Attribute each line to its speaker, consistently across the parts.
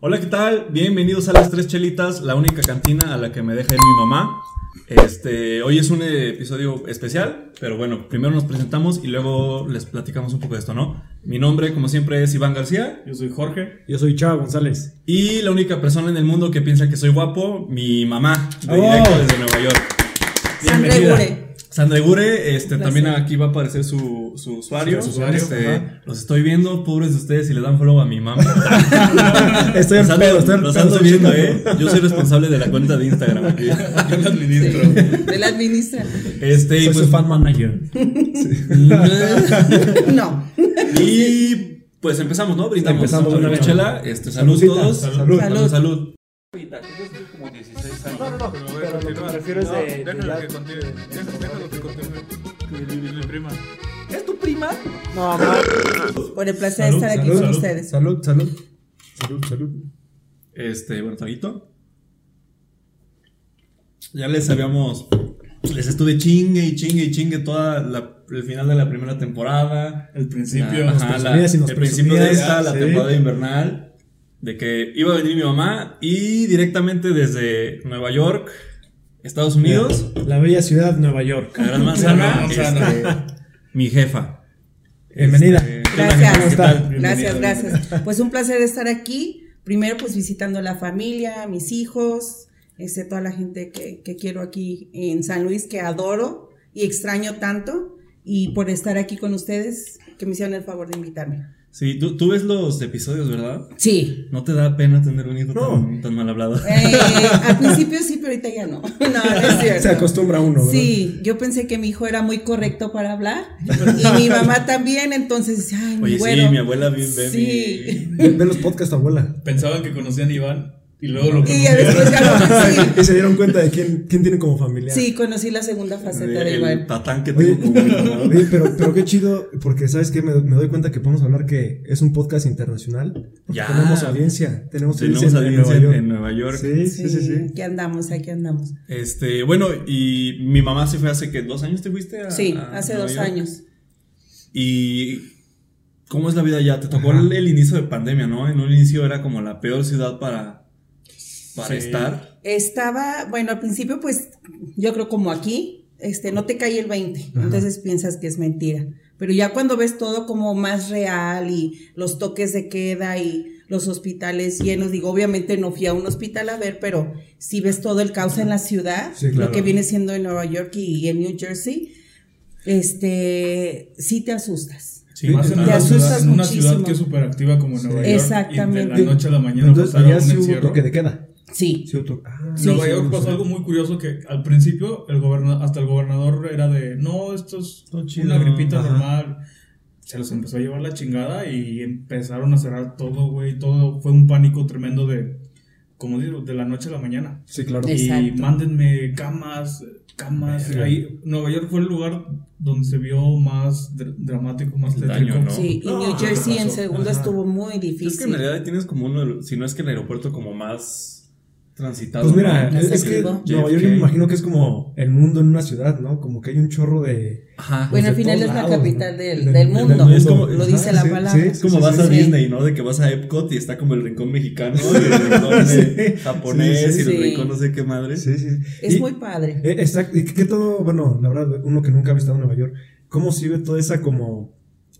Speaker 1: Hola, ¿qué tal? Bienvenidos a Las Tres Chelitas, la única cantina a la que me deja ir mi mamá. Este, hoy es un episodio especial, pero bueno, primero nos presentamos y luego les platicamos un poco de esto, ¿no? Mi nombre, como siempre, es Iván García.
Speaker 2: Yo soy Jorge.
Speaker 3: Yo soy Chava González.
Speaker 1: Y la única persona en el mundo que piensa que soy guapo, mi mamá, de
Speaker 3: ¡Oh!
Speaker 1: directo desde Nueva York.
Speaker 4: Sandra
Speaker 3: Bienvenida.
Speaker 4: Gure.
Speaker 1: Sandra Gure, este,
Speaker 4: Un placer.
Speaker 1: también aquí va a aparecer su, su usuario.
Speaker 2: Su usuario,
Speaker 1: Este,
Speaker 2: ajá.
Speaker 1: los estoy viendo, pobres de ustedes, si le dan follow a mi mamá.
Speaker 3: Estoy en
Speaker 1: Los ando-
Speaker 3: pedo, estoy en
Speaker 1: los
Speaker 3: pedo
Speaker 1: ando viendo,
Speaker 3: chido.
Speaker 1: ¿eh? Yo soy responsable de la cuenta de Instagram aquí.
Speaker 2: Yo lo
Speaker 4: Sí,
Speaker 2: administro.
Speaker 4: él administra.
Speaker 1: Este,
Speaker 3: Soy
Speaker 1: pues,
Speaker 3: su fan manager.
Speaker 4: No.
Speaker 1: y pues empezamos, ¿no? Brindamos.
Speaker 3: Empezamos,
Speaker 1: Otra
Speaker 3: brindamos.
Speaker 1: chela. Este, salud
Speaker 3: Saludcita,
Speaker 1: todos.
Speaker 3: salud.
Speaker 1: Salud.
Speaker 4: Salud.
Speaker 1: salud.
Speaker 5: Pero lo que me refiero es de. de la-
Speaker 4: ¿Es tu prima?
Speaker 5: No, ma-
Speaker 4: Por el placer de estar aquí con ustedes.
Speaker 3: Salud, salud. Salud, salud.
Speaker 1: Este, bueno, traguito. Ya les habíamos. Les estuve chingue y chingue y chingue toda la- el final de la primera temporada.
Speaker 2: El principio.
Speaker 1: La- ajá, la-
Speaker 3: presumías y nos
Speaker 1: el principio de
Speaker 3: presumías,
Speaker 1: esta, la
Speaker 3: sí.
Speaker 1: temporada invernal. De que iba a venir mi mamá y directamente desde Nueva York, Estados Unidos,
Speaker 3: La bella ciudad de Nueva York.
Speaker 1: a Gran Manzana,
Speaker 2: Gran Manzana.
Speaker 1: este, mi jefa.
Speaker 3: Bienvenida.
Speaker 1: Este, ¿qué onda,
Speaker 4: Gracias.
Speaker 1: jefa? ¿Qué tal?
Speaker 4: Gracias,
Speaker 2: Bienvenido.
Speaker 4: gracias. Pues un placer estar aquí. Primero, pues visitando a la familia, a mis hijos, este, toda la gente que, que quiero aquí en San Luis, que adoro y extraño tanto. Y por estar aquí con ustedes, que me hicieron el favor de invitarme.
Speaker 1: Sí, tú, tú ves los episodios, ¿verdad?
Speaker 4: Sí.
Speaker 1: ¿No te da pena tener un hijo
Speaker 3: No.
Speaker 1: tan, tan mal hablado?
Speaker 4: Eh, al principio sí, pero ahorita ya no. No, no es cierto.
Speaker 3: Se acostumbra uno, ¿verdad?
Speaker 4: Sí, yo pensé que mi hijo era muy correcto para hablar y mi mamá también, entonces, ay,
Speaker 1: Oye, sí,
Speaker 4: bueno.
Speaker 1: mi abuela vi- ve
Speaker 4: Sí.
Speaker 3: Ve, ve los podcasts, abuela.
Speaker 2: Pensaban que conocían a Iván y luego lo
Speaker 4: Y ya después ya lo
Speaker 3: Y se dieron cuenta de quién, quién tiene como familia.
Speaker 4: Sí, conocí la segunda
Speaker 1: mi,
Speaker 4: faceta de
Speaker 1: el,
Speaker 4: Iván.
Speaker 1: patán que
Speaker 3: Oye,
Speaker 1: tengo como hijo, ¿no?
Speaker 3: oye, pero, pero qué chido, porque sabes que me, me doy cuenta que podemos hablar que es un podcast internacional. porque
Speaker 1: Ya.
Speaker 3: Tenemos audiencia. Tenemos,
Speaker 1: Tenemos
Speaker 3: en-
Speaker 1: audiencia
Speaker 3: en
Speaker 1: en,
Speaker 3: Nueva
Speaker 1: en
Speaker 3: York.
Speaker 1: Nueva York.
Speaker 3: Sí, sí, sí, sí.
Speaker 4: Aquí andamos, aquí andamos.
Speaker 1: Este, bueno, y mi mamá se fue hace que dos años te fuiste a.
Speaker 4: Sí,
Speaker 1: a
Speaker 4: hace
Speaker 1: Nueva
Speaker 4: dos
Speaker 1: York?
Speaker 4: años.
Speaker 1: ¿Y cómo es la vida allá? Te tocó el, el inicio de pandemia, ¿no? En un inicio era como la peor ciudad para, para
Speaker 2: Sí.
Speaker 1: estar.
Speaker 4: Estaba, bueno, al principio, pues, yo creo como aquí, este, no te cae el 20, entonces piensas que es mentira. Pero ya cuando ves todo como más real y los toques de queda y los hospitales llenos, digo, obviamente no fui a un hospital a ver, pero si ves todo el caos en la ciudad,
Speaker 3: Sí, claro.
Speaker 4: lo que viene siendo en Nueva York y en New Jersey, este, sí te asustas.
Speaker 2: Sí, más en
Speaker 3: Te
Speaker 2: una,
Speaker 3: asustas
Speaker 2: ciudad, en una
Speaker 4: muchísimo.
Speaker 2: ciudad que es súper activa como Nueva York.
Speaker 4: Exactamente.
Speaker 2: Y de la noche a la mañana
Speaker 3: Entonces,
Speaker 2: pasaron
Speaker 3: allá
Speaker 2: un
Speaker 3: sí hubo
Speaker 2: encierro.
Speaker 3: toque de queda.
Speaker 4: Sí.
Speaker 3: Sí hubo toque. Ah,
Speaker 2: En
Speaker 3: sí,
Speaker 2: Nueva
Speaker 3: sí,
Speaker 2: York
Speaker 3: no
Speaker 2: pasó
Speaker 3: sé.
Speaker 2: algo muy curioso que al principio el goberna- hasta el gobernador era de no, esto es
Speaker 1: Todo chido,
Speaker 2: una gripita
Speaker 3: ajá.
Speaker 2: normal. Se los empezó a llevar la chingada y empezaron a cerrar todo, güey. Todo fue un pánico tremendo de, como digo, de la noche a la mañana.
Speaker 3: Sí, claro.
Speaker 2: Y
Speaker 4: Exacto.
Speaker 2: mándenme camas, camas.
Speaker 3: Verga.
Speaker 2: Ahí, Nueva York fue el lugar donde se vio más dr- dramático, más
Speaker 1: El
Speaker 2: tétrico.
Speaker 1: daño, ¿no?
Speaker 4: Sí, y New
Speaker 2: Ah,
Speaker 4: Jersey en
Speaker 2: pasó.
Speaker 4: segundo
Speaker 3: Ajá.
Speaker 4: estuvo muy difícil.
Speaker 1: Es que en realidad tienes como uno, de los- si no es que el aeropuerto como más transitado.
Speaker 3: Pues mira,
Speaker 4: Ah,
Speaker 1: ¿no?
Speaker 3: es, es que
Speaker 4: Exacto.
Speaker 3: Nueva York
Speaker 1: JFK.
Speaker 3: me imagino que es como el mundo en una ciudad, ¿no? Como que hay un chorro de. pues,
Speaker 1: Ajá.
Speaker 4: Ah, Bueno,
Speaker 3: de
Speaker 4: al final
Speaker 3: todos
Speaker 4: es la
Speaker 3: lados,
Speaker 4: capital
Speaker 3: ¿no?
Speaker 4: del- del mundo,
Speaker 1: lo
Speaker 4: dice la
Speaker 3: sí,
Speaker 4: palabra.
Speaker 3: sí,
Speaker 4: Es
Speaker 1: Es como
Speaker 3: sí,
Speaker 1: vas
Speaker 3: sí,
Speaker 1: a
Speaker 3: sí.
Speaker 1: Disney, ¿no? De que vas a Epcot y está como el rincón mexicano, y el rincón eh,
Speaker 3: Sí.
Speaker 1: japonés
Speaker 3: Sí,
Speaker 4: sí,
Speaker 1: y el
Speaker 4: sí.
Speaker 1: rincón no sé qué madre.
Speaker 3: Sí, sí.
Speaker 4: Es
Speaker 3: Y-
Speaker 4: muy padre.
Speaker 3: eh, Exacto. Y que todo, bueno, la verdad, uno que nunca ha visitado Nueva York, ¿cómo sirve toda esa como.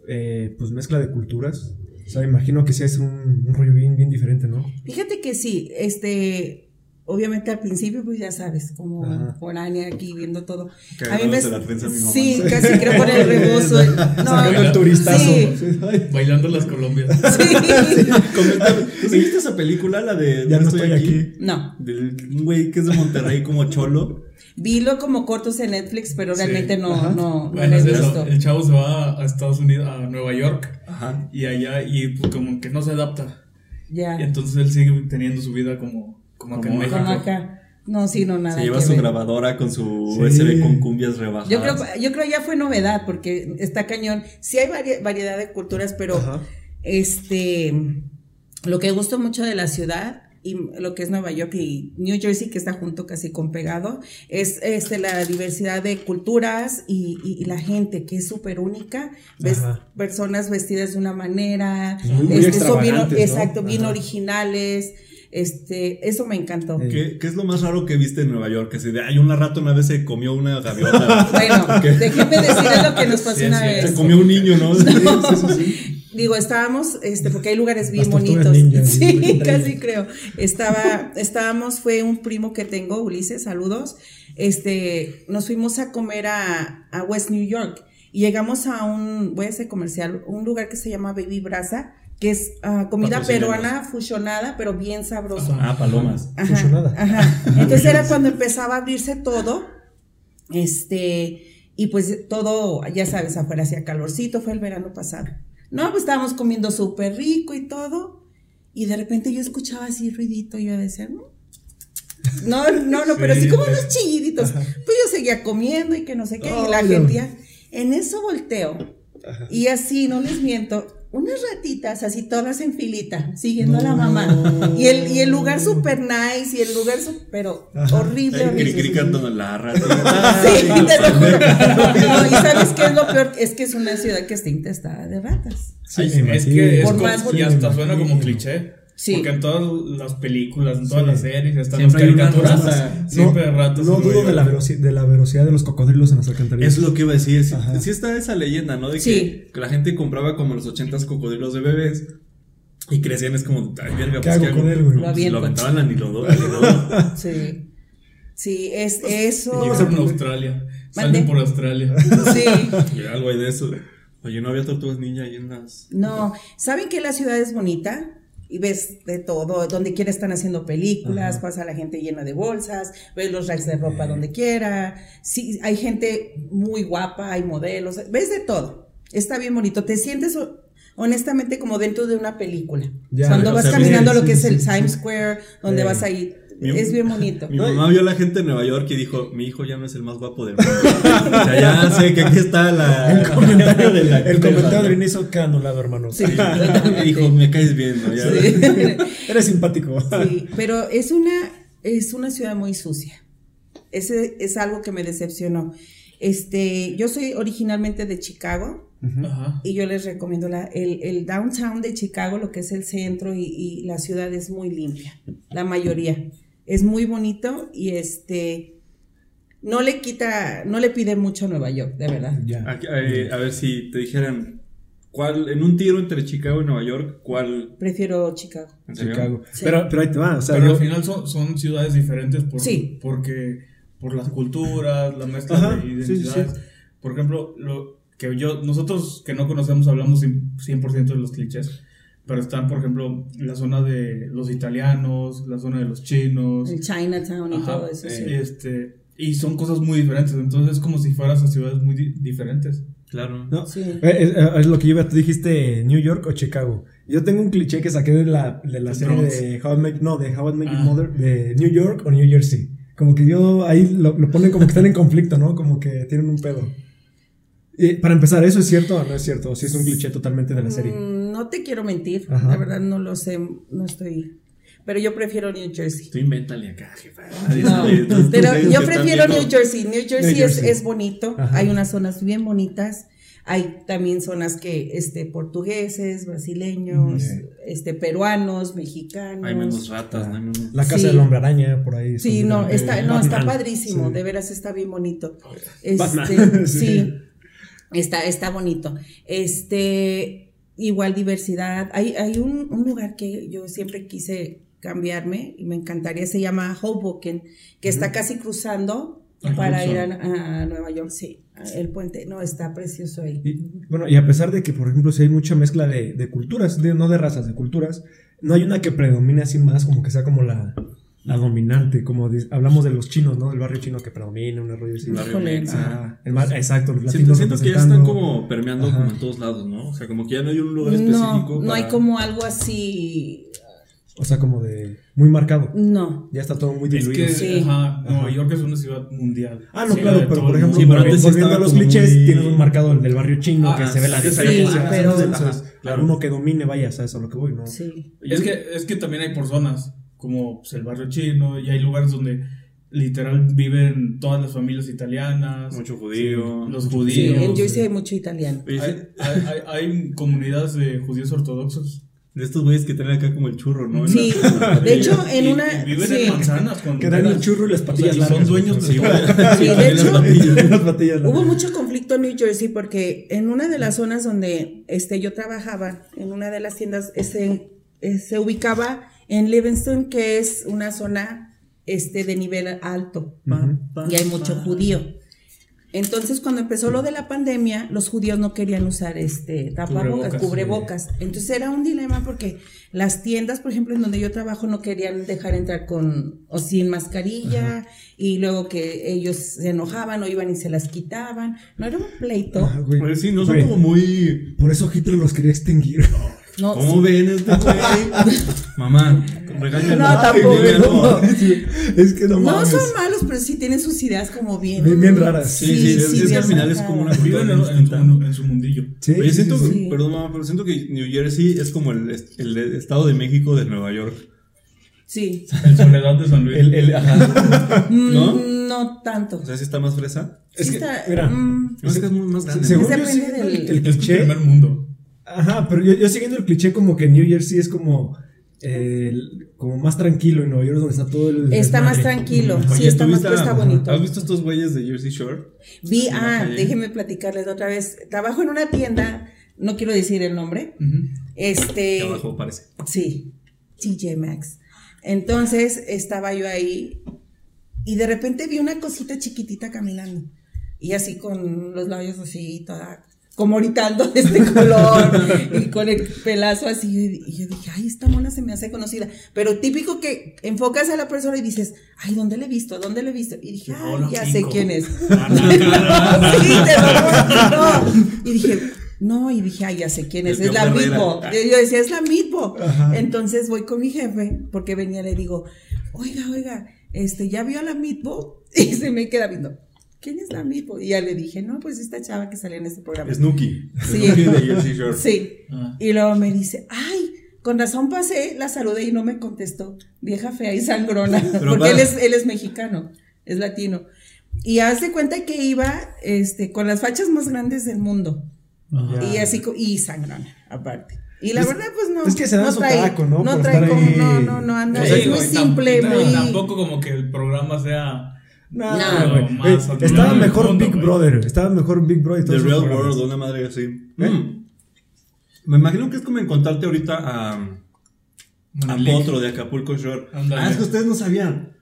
Speaker 3: eh, pues mezcla de culturas? O sea, me imagino que sí es un, un rollo bien, bien diferente, ¿no?
Speaker 4: Fíjate que sí, este, obviamente al principio, pues ya sabes, como
Speaker 3: Ajá.
Speaker 4: foránea aquí viendo todo.
Speaker 1: Que
Speaker 4: A mí me-
Speaker 1: agarrándose la trenza a mi mamá.
Speaker 4: Sí, casi creo por el rebozo. el-
Speaker 3: Sacando el
Speaker 2: no,
Speaker 3: turistazo.
Speaker 4: Sí,
Speaker 3: Ay,
Speaker 2: Bailando las Colombias.
Speaker 4: sí.
Speaker 1: Coméntame, ¿Tú sí viste esa película, la de
Speaker 3: Ya no estoy aquí.
Speaker 4: No,
Speaker 1: Del un güey que es de Monterrey como cholo.
Speaker 4: vilo como cortos en Netflix, pero
Speaker 2: Sí,
Speaker 4: realmente no,
Speaker 3: ajá.
Speaker 4: no, no
Speaker 2: Bueno,
Speaker 4: lo he
Speaker 2: es
Speaker 4: visto.
Speaker 2: eso. El chavo se va a Estados Unidos, a Nueva York.
Speaker 1: Ajá.
Speaker 2: Y allá, y pues como que no se adapta.
Speaker 4: Ya,
Speaker 2: Y entonces él sigue teniendo su vida como, como acá en
Speaker 1: Como
Speaker 2: México.
Speaker 4: como acá. No, sí, no, nada.
Speaker 1: Se lleva
Speaker 4: que
Speaker 1: su
Speaker 4: ver.
Speaker 1: grabadora con su
Speaker 3: Sí.
Speaker 1: USB con cumbias rebajadas.
Speaker 4: Yo creo, yo creo ya fue novedad, porque está cañón. Sí hay vari- variedad de culturas, pero
Speaker 3: Ajá.
Speaker 4: este, lo que gusto mucho de la ciudad y lo que es Nueva York y New Jersey, que está junto casi con pegado, es este, la diversidad de culturas y, y- y la gente que es súper única. Ves
Speaker 3: Ajá.
Speaker 4: personas vestidas de una manera,
Speaker 3: Muy, muy
Speaker 4: este, son bien,
Speaker 3: extravagantes, ¿no?
Speaker 4: exacto, bien
Speaker 3: Ajá.
Speaker 4: originales. Este, eso me encantó.
Speaker 3: Eh,
Speaker 1: ¿Qué, qué es lo más raro que viste en Nueva York? Que si de, hay una rata una vez se comió una gaviota.
Speaker 4: Bueno,
Speaker 1: ¿Qué?
Speaker 4: déjenme decirles lo que nos pasó
Speaker 2: Sí,
Speaker 4: una
Speaker 2: sí,
Speaker 1: se
Speaker 4: vez.
Speaker 1: comió un niño, ¿no?
Speaker 4: Digo, estábamos, este, porque hay lugares bien
Speaker 3: Las tortugas
Speaker 4: bonitos.
Speaker 3: ninja,
Speaker 4: sí,
Speaker 3: ¿no?
Speaker 4: casi creo. Estaba, estábamos, fue un primo que tengo, Ulises, saludos. Este, nos fuimos a comer a, a West New York y llegamos a un, voy a hacer comercial, un lugar que se llama Baby Brasa, que es ah, comida
Speaker 1: Patrocínanos.
Speaker 4: peruana fusionada, pero bien sabroso.
Speaker 1: Ah, palomas.
Speaker 4: Ajá,
Speaker 3: Fusionada.
Speaker 4: ajá. Entonces era cuando empezaba a abrirse todo. Este, y pues todo, ya sabes, afuera hacía calorcito, fue el verano pasado. No, pues estábamos comiendo súper rico y todo. Y de repente yo escuchaba así ruidito, yo decía, "Mm". no, no, no, pero así como unos chilliditos. Pues yo seguía comiendo y que no sé qué, y la
Speaker 3: Ay,
Speaker 4: gente
Speaker 3: Dios.
Speaker 4: ya- En eso volteo. Y así, no les miento, unas ratitas así todas en filita, siguiendo a la mamá. Y el, y el lugar súper nice, y el lugar súper, pero horrible,
Speaker 1: El
Speaker 4: horrible.
Speaker 1: Cri-cri cantando la rata.
Speaker 4: Sí, te lo juro. No, y sabes qué es lo peor, es que es una ciudad que está infestada de ratas.
Speaker 3: Sí,
Speaker 2: Ay,
Speaker 3: me
Speaker 2: es
Speaker 3: imagino.
Speaker 2: que es
Speaker 4: Por
Speaker 2: como-
Speaker 4: más
Speaker 2: y
Speaker 4: bonito.
Speaker 2: hasta suena como
Speaker 3: Imagino.
Speaker 2: cliché.
Speaker 4: Sí.
Speaker 2: Porque en todas las películas, en todas
Speaker 3: Sí.
Speaker 2: las series, hasta en las
Speaker 1: Siempre hay una
Speaker 2: caricaturas,
Speaker 1: rata.
Speaker 2: siempre ratas.
Speaker 3: no
Speaker 2: en
Speaker 3: dudo
Speaker 2: Nueva
Speaker 3: de la,
Speaker 2: York.
Speaker 3: veloci- de la velocidad de los cocodrilos en las alcantarillas.
Speaker 1: Es lo que iba a decir. Sí,
Speaker 3: Ajá.
Speaker 1: sí está esa leyenda, ¿no? De que
Speaker 4: Sí.
Speaker 1: la gente compraba como en los 80 cocodrilos de bebés y crecían, es como, ay, verga,
Speaker 3: ¿Qué
Speaker 1: pues,
Speaker 3: hago
Speaker 1: ¿qué hago?
Speaker 3: con él, güey?
Speaker 1: No,
Speaker 4: Lo
Speaker 1: pues,
Speaker 4: aviento.
Speaker 1: lo aventaban al inodoro. al inodoro.
Speaker 4: Sí. Sí, es
Speaker 2: Ah. Pues, Y llegaron a
Speaker 4: eso.
Speaker 2: Australia.
Speaker 4: Mande.
Speaker 2: Salen por Australia.
Speaker 4: Sí.
Speaker 1: Y algo hay de eso. Oye, no había tortugas ninja ahí en las.
Speaker 4: No, ¿saben que la ciudad es bonita? Y ves de todo, donde quiera están haciendo películas, pasa la gente llena de bolsas, ves los racks de ropa donde quiera, sí, hay gente muy guapa, hay modelos, ves de todo, está bien bonito, te sientes ho- honestamente como dentro de una película,
Speaker 3: Ya,
Speaker 4: cuando
Speaker 1: o
Speaker 4: vas
Speaker 1: sea,
Speaker 4: caminando
Speaker 3: bien,
Speaker 4: lo que
Speaker 3: sí,
Speaker 4: es el
Speaker 3: sí,
Speaker 4: Times
Speaker 3: sí.
Speaker 4: Square, donde
Speaker 3: Eh.
Speaker 4: vas ahí,
Speaker 1: Mi-
Speaker 4: es bien bonito.
Speaker 1: Mi mamá vio a la gente en Nueva York y dijo: Mi hijo ya no es el más guapo del mundo. o sea, ya sé que aquí está la, el comentario de la.
Speaker 3: El comentario de inicio queda anulado, hermano.
Speaker 4: Sí.
Speaker 1: Me dijo: Me caes bien, ¿no? Ya.
Speaker 4: Sí.
Speaker 3: Eres simpático.
Speaker 4: Sí, pero es una, es una ciudad muy sucia. Ese es algo que me decepcionó. Este, yo soy originalmente de Chicago
Speaker 2: Ajá.
Speaker 4: y yo les recomiendo la, el, el downtown de Chicago, lo que es el centro y, y la ciudad es muy limpia, la mayoría. Es muy bonito y este no le quita, no le pide mucho a Nueva York, de verdad.
Speaker 3: Ya.
Speaker 1: Aquí, eh, a ver si te dijeran: ¿Cuál, en un tiro entre Chicago y Nueva York, cuál.
Speaker 4: Prefiero Chicago.
Speaker 1: ¿En serio?
Speaker 3: Chicago.
Speaker 4: Sí.
Speaker 3: Pero, pero ahí te va. O sea,
Speaker 2: Pero al
Speaker 3: yo-
Speaker 2: final son, son ciudades diferentes por,
Speaker 4: Sí.
Speaker 2: porque por las culturas, la mezcla
Speaker 3: Ajá,
Speaker 2: de
Speaker 3: sí, sí,
Speaker 2: identidades. Por ejemplo, lo que yo nosotros que no conocemos hablamos cien- 100% de los clichés, pero están por ejemplo la zona de los italianos, la zona de los chinos,
Speaker 4: El Chinatown y
Speaker 2: Ajá,
Speaker 4: todo eso. sí.
Speaker 2: eh, este y son cosas muy diferentes, entonces es como si fueras a ciudades muy di- diferentes.
Speaker 1: Claro.
Speaker 3: No,
Speaker 4: Sí.
Speaker 3: eh, eh, eh, es lo que yo iba, tú dijiste New York o Chicago. Yo tengo un cliché que saqué de la, de la
Speaker 2: Del
Speaker 3: serie
Speaker 2: Bronx.
Speaker 3: de How I Met, no, de How I Met Your
Speaker 2: Ah.
Speaker 3: Mother, de New York o New Jersey. Como que yo ahí lo, lo ponen como que están en conflicto, ¿no? Como que tienen un pedo. Y, para empezar, ¿eso es cierto o no es cierto? Si es un cliché totalmente de la serie.
Speaker 4: Mm, No te quiero mentir,
Speaker 3: Ajá.
Speaker 4: la verdad no lo sé, no estoy. Pero yo prefiero New Jersey.
Speaker 1: Tú invéntale acá, jefa.
Speaker 4: No, pero yo prefiero New
Speaker 1: York.
Speaker 4: Jersey. New Jersey,
Speaker 3: New
Speaker 4: es,
Speaker 3: Jersey.
Speaker 4: es bonito,
Speaker 3: Ajá.
Speaker 4: hay unas zonas bien bonitas, hay también zonas que este portugueses, brasileños,
Speaker 3: Ujú.
Speaker 4: este peruanos, mexicanos.
Speaker 1: Hay menos ratas, no hay menos.
Speaker 3: La casa
Speaker 4: Sí.
Speaker 3: del hombre araña, por ahí.
Speaker 4: Sí,
Speaker 3: escondida.
Speaker 4: no, está, no, está
Speaker 1: Batman.
Speaker 4: padrísimo,
Speaker 3: Sí.
Speaker 4: de veras está bien bonito.
Speaker 3: Batman.
Speaker 4: Este,
Speaker 3: Sí.
Speaker 4: sí, está, está bonito. Este, igual diversidad. Hay, hay un, un lugar que yo siempre quise cambiarme y me encantaría, se llama Hoboken, que está casi cruzando
Speaker 2: Ajá,
Speaker 4: para
Speaker 2: sí.
Speaker 4: ir a, a Nueva York, sí, el puente, no, está precioso ahí.
Speaker 3: Y, bueno, y a pesar de que, por ejemplo, si hay mucha mezcla de, de culturas, de- no de razas, de culturas, no hay una que predomine así más, como que sea como la, la dominante, como di- hablamos de los chinos, ¿no? Del barrio chino que predomina, un rollo así.
Speaker 1: El barrio
Speaker 4: Híjole,
Speaker 1: mix,
Speaker 4: no.
Speaker 1: ajá.
Speaker 3: Ah, el mar- exacto, los
Speaker 1: Siento,
Speaker 3: latinos
Speaker 1: siento que ya
Speaker 3: representando.
Speaker 1: están como permeando
Speaker 3: Ajá.
Speaker 1: como en todos lados, ¿no? O sea, como que ya no hay un lugar específico.
Speaker 4: No, no
Speaker 1: para-
Speaker 4: hay como algo así,
Speaker 3: O sea, como de... Muy marcado.
Speaker 4: no.
Speaker 3: Ya está todo muy
Speaker 2: Es
Speaker 3: diluido.
Speaker 2: que
Speaker 4: Sí.
Speaker 2: ajá, Nueva
Speaker 3: Ajá.
Speaker 2: York es una ciudad mundial.
Speaker 3: Ah, no,
Speaker 2: Sí, de
Speaker 3: claro,
Speaker 2: todo
Speaker 3: pero por
Speaker 2: el
Speaker 3: ejemplo,
Speaker 2: mundo.
Speaker 1: Sí, pero
Speaker 3: volviendo-
Speaker 1: antes
Speaker 3: volviendo a
Speaker 1: estaba
Speaker 3: los
Speaker 1: como
Speaker 3: clichés,
Speaker 1: muy-
Speaker 3: tienes un marcado el del barrio chino
Speaker 2: Ah,
Speaker 3: que se ve la
Speaker 1: sí,
Speaker 3: diferencia.
Speaker 4: sí, pero-
Speaker 3: entonces,
Speaker 1: Ajá, claro.
Speaker 3: Alguno que domine, vaya, ¿sabes? A lo que voy, ¿no?
Speaker 4: Sí.
Speaker 2: Es que, es que también hay por zonas. como pues, el barrio chino, y hay lugares donde literal viven todas las familias italianas,
Speaker 1: Mucho judío.
Speaker 2: los
Speaker 4: Sí,
Speaker 2: judíos.
Speaker 4: en Jersey hay mucho italiano.
Speaker 1: Oye, sí,
Speaker 2: Hay, hay- hay- hay comunidades de judíos ortodoxos.
Speaker 1: De estos güeyes que tienen acá como el churro, ¿no? En
Speaker 4: Sí,
Speaker 1: la-
Speaker 4: de hecho, en
Speaker 2: Y-
Speaker 4: una.
Speaker 2: y viven
Speaker 4: sí.
Speaker 2: en manzanas con
Speaker 3: Que dan el
Speaker 2: velas.
Speaker 3: churro y las
Speaker 2: O sea,
Speaker 3: patillas
Speaker 2: y son
Speaker 3: largas.
Speaker 2: dueños de
Speaker 3: Sí,
Speaker 2: todo.
Speaker 4: Sí, de
Speaker 1: También las
Speaker 4: hecho,
Speaker 1: patillas.
Speaker 3: las patillas
Speaker 4: Hubo
Speaker 3: largas.
Speaker 4: mucho conflicto en New Jersey porque en una de las zonas donde este, yo trabajaba, en una de las tiendas, eh, se, eh, se ubicaba en Livingston, que es una zona este, de nivel alto y hay mucho judío. Entonces, cuando empezó lo de la pandemia, los judíos no querían usar este tapabocas,
Speaker 2: Cubrebocas,
Speaker 4: cubrebocas. Entonces era un dilema porque las tiendas, por ejemplo, en donde yo trabajo, no querían dejar entrar con o sin mascarilla y luego que ellos se enojaban o iban y se las quitaban. No era un pleito.
Speaker 3: Ah, güey.
Speaker 1: Oye, Pues sí, no son
Speaker 3: Güey,
Speaker 1: como muy.
Speaker 3: Por eso Hitler los quería extinguir.
Speaker 4: No,
Speaker 1: ¿Cómo
Speaker 4: sí.
Speaker 1: ven este güey? Mamá, regáñalo.
Speaker 4: No, tampoco.
Speaker 1: Regáñalo.
Speaker 3: es que no,
Speaker 4: No
Speaker 3: mames.
Speaker 4: son malos, pero sí tienen sus ideas como bien.
Speaker 3: Bien- bien raras.
Speaker 1: Sí, sí, es- es que
Speaker 4: bien
Speaker 1: al final es
Speaker 4: marcadas.
Speaker 1: como una-
Speaker 2: Viven en, en su, en su mundillo.
Speaker 3: Sí,
Speaker 1: Oye,
Speaker 3: sí,
Speaker 1: siento,
Speaker 3: sí, sí.
Speaker 4: sí.
Speaker 1: perdón, mamá, pero siento que New Jersey es como el, est- el de- estado de México de Nueva York.
Speaker 4: Sí.
Speaker 2: En Soledad de San Luis.
Speaker 1: El, el, ajá.
Speaker 4: ¿No?
Speaker 1: ¿No?
Speaker 4: Mm, no tanto.
Speaker 1: O sea, si está más fresa.
Speaker 3: Es
Speaker 4: Sí
Speaker 3: que,
Speaker 4: está-
Speaker 3: mira,
Speaker 4: mm,
Speaker 1: No, es que es muy más grande.
Speaker 3: según
Speaker 1: ¿no?
Speaker 3: yo, sí,
Speaker 4: Depende
Speaker 3: el,
Speaker 4: del-
Speaker 3: el
Speaker 2: es el
Speaker 3: cliché.
Speaker 2: primer mundo.
Speaker 3: Ajá, pero yo, yo siguiendo el cliché como que New Jersey es como, eh, el- como más tranquilo y Nueva York es donde está todo el...
Speaker 4: Está más
Speaker 3: desmadre.
Speaker 4: tranquilo.
Speaker 1: Oye,
Speaker 4: sí, está
Speaker 1: ¿tú
Speaker 4: más
Speaker 1: viste-
Speaker 4: está bonito.
Speaker 1: ¿Has visto estos güeyes de Jersey Shore?
Speaker 4: Vi,
Speaker 1: en la
Speaker 4: ah,
Speaker 1: calle?
Speaker 4: déjenme platicarles otra vez. Trabajo en una tienda, no quiero decir el nombre.
Speaker 2: Ujú.
Speaker 4: Este.
Speaker 1: Que abajo parece.
Speaker 4: Sí, TJ Maxx. Entonces estaba yo ahí y de repente vi una cosita chiquitita caminando y así con los labios así, toda como gritando de este color y con el pelazo así. Y yo dije, ay, esta mona se me hace conocida. Pero típico que enfocas a la persona y dices, ay, ¿dónde le he visto? ¿Dónde le he visto? Y dije, ay,
Speaker 2: Hola,
Speaker 4: ya
Speaker 2: cinco.
Speaker 4: sé quién es.
Speaker 2: Ah, no,
Speaker 4: No, sí, te lo juro, no. Y dije, no, y dije, ay, ya sé quién es,
Speaker 1: El
Speaker 4: es la
Speaker 1: Piojo Herrera.
Speaker 4: Midbo. Yo, yo decía, es la Midbo. Entonces voy con mi jefe, porque venía, le digo, oiga, oiga, este, ¿ya vio a la Midbo? Y se me queda viendo, ¿quién es la Midbo? Y ya le dije, no, pues esta chava que salía en este programa.
Speaker 1: Snooki.
Speaker 4: Sí.
Speaker 1: Snooki de Jersey Shore.
Speaker 4: Sí.
Speaker 2: Ah.
Speaker 4: Y luego me dice, ay, con razón pasé, la saludé y no me contestó. Vieja fea y sangrona.
Speaker 1: Pero
Speaker 4: porque
Speaker 1: va.
Speaker 4: él es, él es mexicano, es latino. Y hace cuenta que iba este, con las fachas más grandes del mundo. Y así, co- y sangrona, aparte. Y la
Speaker 3: Es-
Speaker 4: verdad, pues no.
Speaker 3: es que se da
Speaker 4: no
Speaker 3: su
Speaker 4: trae-
Speaker 3: taco, ¿no? Por
Speaker 4: trae
Speaker 3: estar
Speaker 4: como,
Speaker 3: ahí.
Speaker 4: no, no, no, anda.
Speaker 1: Sí,
Speaker 4: es muy
Speaker 2: güey, tam-
Speaker 4: simple,
Speaker 2: tam-
Speaker 4: muy.
Speaker 2: Tampoco como que el programa sea.
Speaker 3: Nah,
Speaker 4: Nah,
Speaker 3: güey.
Speaker 2: más
Speaker 3: Güey,
Speaker 2: admirable
Speaker 3: estaba
Speaker 2: del
Speaker 3: mejor
Speaker 2: mundo,
Speaker 3: Big
Speaker 2: güey.
Speaker 3: Brother, estaba mejor Big Brother. y
Speaker 1: The
Speaker 3: todos esos
Speaker 1: Real
Speaker 3: programas.
Speaker 2: pues.
Speaker 1: World, una madre así. Mm. Me imagino que es como encontrarte ahorita a, a
Speaker 2: Manelik.
Speaker 1: Potro de Acapulco Shore.
Speaker 2: Ándale.
Speaker 1: Ah, es que ustedes no sabían.